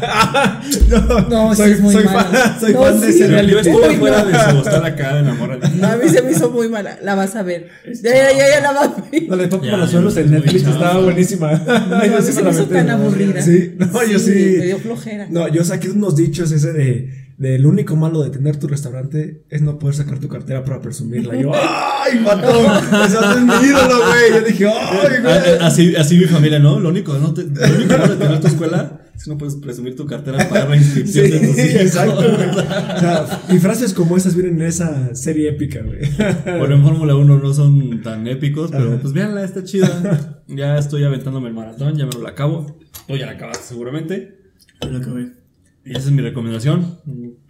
Speaker 3: No,
Speaker 4: No, sí
Speaker 3: soy,
Speaker 4: es muy
Speaker 3: soy
Speaker 4: mala.
Speaker 3: fan, soy
Speaker 4: No,
Speaker 3: fan de
Speaker 4: sí.
Speaker 3: ese
Speaker 1: Yo,
Speaker 3: reality.
Speaker 1: yo estuve
Speaker 4: Uy,
Speaker 1: fuera
Speaker 4: no.
Speaker 1: de su hostal acá de la morra.
Speaker 4: A mí se me hizo muy mala. La vas a ver. Ya, ya, ya, ya la vas a ver.
Speaker 3: No, la de Papi
Speaker 1: Ya,
Speaker 3: Palazuelos
Speaker 1: ya,
Speaker 3: en
Speaker 1: muy
Speaker 3: Netflix
Speaker 1: chafa.
Speaker 3: estaba buenísima. Ay,
Speaker 4: No, a mí
Speaker 3: sí
Speaker 4: se
Speaker 3: la
Speaker 4: me hizo
Speaker 3: metí.
Speaker 4: tan aburrida.
Speaker 3: Sí, no, yo sí.
Speaker 4: Me dio flojera.
Speaker 3: No, yo saqué unos dichos ese de, de lo único malo de tener tu restaurante es no poder sacar tu cartera para presumirla. Yo, ¡ay, matón! Eso es mi ídolo, güey. Yo dije, ¡ay, güey!
Speaker 1: Ah, Así, así mi familia, ¿no? Lo único, no te, lo único bueno de tener tu escuela es que no puedes presumir tu cartera para pagar la
Speaker 3: Sí,
Speaker 1: inscripción de tus hijos.
Speaker 3: exacto. güey. O
Speaker 1: Ah,
Speaker 3: sea, y frases como esas vienen en esa serie épica, güey.
Speaker 1: Bueno, en Fórmula 1 no son tan épicos, pero pues véanla, está chida. Ya estoy aventándome el maratón, ya me lo acabo. Tú ya la acabaste seguramente.
Speaker 2: Yo la acabé.
Speaker 1: Y esa es mi recomendación.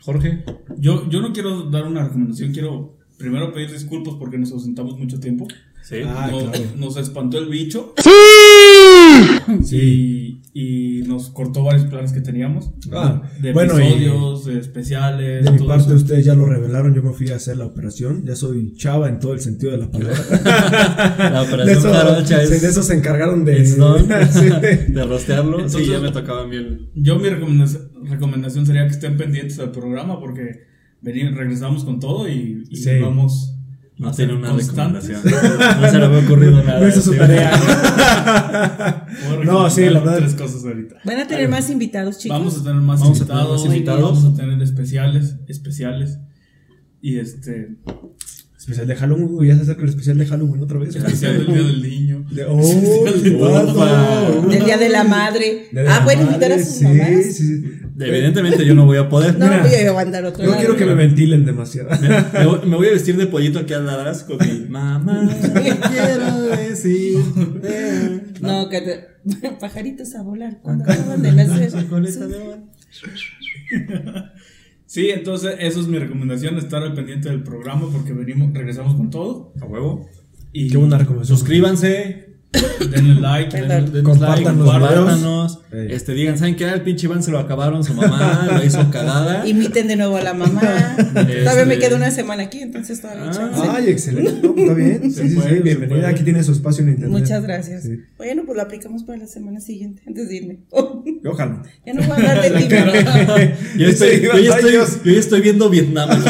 Speaker 1: Jorge.
Speaker 2: Yo, yo no quiero dar una recomendación, quiero primero pedir disculpas porque nos ausentamos mucho tiempo.
Speaker 1: Sí.
Speaker 3: Ah,
Speaker 2: nos,
Speaker 3: claro.
Speaker 2: nos espantó el bicho. Sí. Y, y nos cortó varios planes que teníamos.
Speaker 3: Ah,
Speaker 2: de
Speaker 3: bueno, y-
Speaker 2: episodios, de especiales.
Speaker 3: De mi
Speaker 2: todo
Speaker 3: parte,
Speaker 2: eso.
Speaker 3: ustedes ya lo revelaron. Yo me fui a hacer la operación. Ya soy chava en todo el sentido de la palabra.
Speaker 1: La
Speaker 3: De
Speaker 1: operación
Speaker 3: Ah, eso,
Speaker 1: Jarocha
Speaker 3: sí,
Speaker 1: es.
Speaker 3: de eso se encargaron de.
Speaker 1: It's done.
Speaker 3: Sí.
Speaker 1: de rostearlo. sí,
Speaker 2: Entonces-
Speaker 1: ya me tocaba a mí el.
Speaker 2: Yo mi recomendación, recomendación sería que estén pendientes del programa porque venimos, regresamos con todo y, y
Speaker 3: Sí.
Speaker 2: vamos.
Speaker 1: No
Speaker 2: a
Speaker 1: tiene
Speaker 2: ser
Speaker 1: una
Speaker 2: constantes.
Speaker 1: recomendación. No se le había ocurrido nada.
Speaker 3: No hizo su
Speaker 1: Sí.
Speaker 3: tarea.
Speaker 2: Voy a
Speaker 3: No, sí, la
Speaker 2: recomendar
Speaker 3: verdad.
Speaker 2: Tres cosas ahorita.
Speaker 4: Van a tener más invitados, chicos.
Speaker 2: Vamos a tener más
Speaker 1: Vamos a tener
Speaker 2: invitados.
Speaker 1: más invitados.
Speaker 2: Vamos a tener especiales, especiales. Y este,
Speaker 3: especial de Halloween, güey. Ya se acerca el especial de Halloween otra vez.
Speaker 2: especial del Día del Niño.
Speaker 3: De- ¡Oh, qué
Speaker 1: Ufa.
Speaker 3: padre!
Speaker 4: Del Día de la Madre.
Speaker 3: De la
Speaker 4: ah, pueden
Speaker 3: madre,
Speaker 4: invitar a sus
Speaker 3: sí,
Speaker 4: mamás.
Speaker 3: sí, sí.
Speaker 1: Evidentemente yo no voy a poder.
Speaker 4: No,
Speaker 3: Mira,
Speaker 4: voy a mandar otro
Speaker 3: No
Speaker 4: lado.
Speaker 3: quiero que me ventilen demasiado.
Speaker 1: Me voy- me voy a vestir de pollito aquí a Laras con mi mamá. te quiero decir. eh,
Speaker 4: No, que te- pajaritos a volar cuando acaban de nacer.
Speaker 1: con esa de-
Speaker 2: Sí, entonces eso es mi recomendación, estar al pendiente del programa porque venimos, regresamos con todo.
Speaker 1: A huevo.
Speaker 2: Y
Speaker 3: Qué buena recomendación.
Speaker 1: Pues Suscríbanse.
Speaker 2: denle like,
Speaker 4: Perdón.
Speaker 1: Denos
Speaker 2: denle-
Speaker 1: like,
Speaker 3: Compártanos,
Speaker 1: compártanos.
Speaker 3: varos.
Speaker 1: Este, digan, ¿saben qué? El pinche Iván se lo acabaron. Su mamá la hizo cagada.
Speaker 4: Imiten de nuevo a la mamá.
Speaker 3: Este.
Speaker 4: Todavía me queda una semana aquí, entonces todavía hay chance.
Speaker 3: Ay, excelente. No, Está bien.
Speaker 2: Se
Speaker 3: Sí, sí, sí.
Speaker 2: puede, se
Speaker 3: Bienvenida.
Speaker 2: puede.
Speaker 3: Aquí tiene su espacio en internet.
Speaker 4: Muchas gracias.
Speaker 3: Sí.
Speaker 4: Bueno, pues lo aplicamos para la semana siguiente, antes de irme.
Speaker 3: Ojalá.
Speaker 4: ya no voy a hablar de ti. ¿no?
Speaker 1: Yo, estoy,
Speaker 3: Sí,
Speaker 1: yo ya estoy-
Speaker 3: batallas.
Speaker 1: yo ya estoy viendo Vietnam aquí.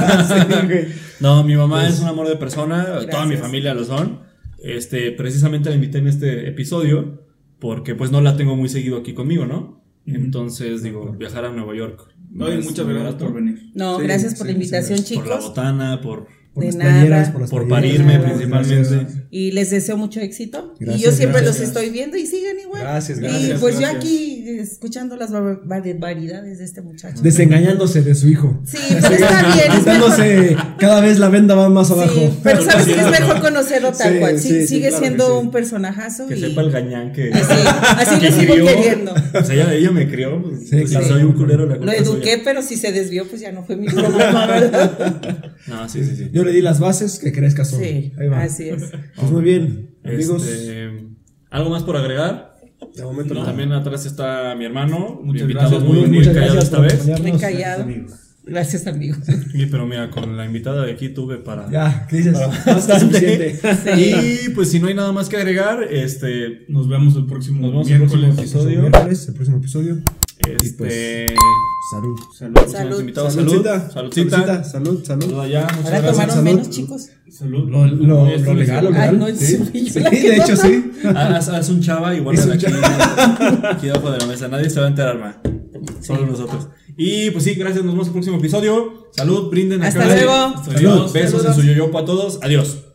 Speaker 5: Sí, güey.
Speaker 1: No, mi mamá
Speaker 2: Pues
Speaker 1: es un amor de persona, toda mi
Speaker 4: Gracias.
Speaker 1: familia lo son. Este, precisamente la invité en este episodio porque pues no la tengo muy seguido aquí conmigo, ¿no? Entonces, digo, viajar a Nueva York.
Speaker 2: No, y
Speaker 1: es
Speaker 2: muchas
Speaker 1: muy
Speaker 2: gracias
Speaker 1: barato.
Speaker 2: por venir.
Speaker 4: No,
Speaker 3: Sí,
Speaker 4: gracias por
Speaker 3: sí,
Speaker 4: la invitación,
Speaker 3: sí,
Speaker 1: Por la
Speaker 4: chicos.
Speaker 1: botana, por,
Speaker 2: Pues
Speaker 3: Por
Speaker 4: De
Speaker 3: las
Speaker 4: nada.
Speaker 3: playeras, por las
Speaker 1: por
Speaker 3: playeras.
Speaker 1: parirme
Speaker 4: Gracias.
Speaker 1: principalmente.
Speaker 4: Y les deseo mucho éxito. y yo
Speaker 3: Gracias,
Speaker 4: siempre
Speaker 2: gracias.
Speaker 4: los estoy viendo y siguen igual.
Speaker 3: Gracias,
Speaker 4: y
Speaker 3: gracias.
Speaker 4: pues
Speaker 2: gracias.
Speaker 4: yo aquí escuchando las barba- barbaridades de este muchacho.
Speaker 3: Desengañándose de su hijo.
Speaker 4: Sí, pero está bien, es mejor.
Speaker 3: Quitándose cada vez la venda va más abajo.
Speaker 4: Sí, pero sabes que es mejor conocerlo tal
Speaker 3: Sí,
Speaker 4: cual.
Speaker 3: sí,
Speaker 4: Sí,
Speaker 3: sí,
Speaker 4: sigue
Speaker 3: claro que
Speaker 4: siendo
Speaker 3: sí.
Speaker 4: un personajazo
Speaker 1: Que
Speaker 4: y
Speaker 1: sepa el gañán que.
Speaker 4: así, así lo
Speaker 1: que
Speaker 4: sigo
Speaker 1: crió.
Speaker 4: queriendo.
Speaker 1: O sea, ella, ella me crió. Pues,
Speaker 3: Sí,
Speaker 1: o sea,
Speaker 3: claro.
Speaker 1: soy un culero. La
Speaker 4: Lo
Speaker 1: culpa soy
Speaker 4: eduqué, pero si se desvió, pues ya no fue mi problema, ¿verdad?
Speaker 1: yo. No, sí, sí, sí.
Speaker 3: Yo le di las bases que crezca solo.
Speaker 4: Sí,
Speaker 3: Ahí va.
Speaker 4: así es.
Speaker 3: Pues muy bien, amigos.
Speaker 1: Este, ¿Algo más por agregar?
Speaker 3: De momento
Speaker 1: No,
Speaker 3: no.
Speaker 1: También atrás está mi hermano.
Speaker 2: Muchas
Speaker 1: invitado
Speaker 2: gracias,
Speaker 1: muy, muy
Speaker 3: Muchas
Speaker 1: callado
Speaker 3: gracias
Speaker 1: esta
Speaker 3: por
Speaker 1: vez.
Speaker 4: Muy
Speaker 3: acompañarnos.
Speaker 4: callado. Gracias, amigos.
Speaker 1: Sí, pero mira, con la invitada de aquí tuve para
Speaker 3: Ya, ¿qué dices?
Speaker 1: bastante.
Speaker 3: Suficiente.
Speaker 1: Y pues si no hay nada más que agregar, este,
Speaker 2: Nos vemos el próximo
Speaker 1: Nos vemos el
Speaker 2: miércoles.
Speaker 1: próximo episodio.
Speaker 3: Miércoles, el próximo episodio.
Speaker 1: este,
Speaker 3: pues, Salud.
Speaker 2: Saludos.
Speaker 1: son los
Speaker 4: Salud.
Speaker 1: invitados, salud, saludcita,
Speaker 3: Saludcita. Salud, salud.
Speaker 1: Saluda ya, muchas
Speaker 4: Ahora
Speaker 1: gracias.
Speaker 4: tomaron
Speaker 3: salud.
Speaker 4: menos, chicos.
Speaker 2: Salud.
Speaker 3: Lo, lo,
Speaker 1: Esto
Speaker 3: lo
Speaker 1: es-
Speaker 3: legal, lo
Speaker 4: Ay,
Speaker 3: legal.
Speaker 4: no,
Speaker 3: sí,
Speaker 4: sí,
Speaker 3: Sí,
Speaker 4: la que
Speaker 3: de
Speaker 4: no
Speaker 3: hecho
Speaker 4: está.
Speaker 3: sí.
Speaker 1: Haz, haz un chava y guárdala aquí, aquí abajo de la mesa. Nadie se va a enterar, más. Solo nosotros. Y pues sí, gracias. Nos vemos en el próximo episodio. Salud, brinden
Speaker 4: Hasta
Speaker 1: acá.
Speaker 4: luego.
Speaker 1: Salud.
Speaker 3: Salud.
Speaker 1: Besos en su yoyopo a todos. Adiós.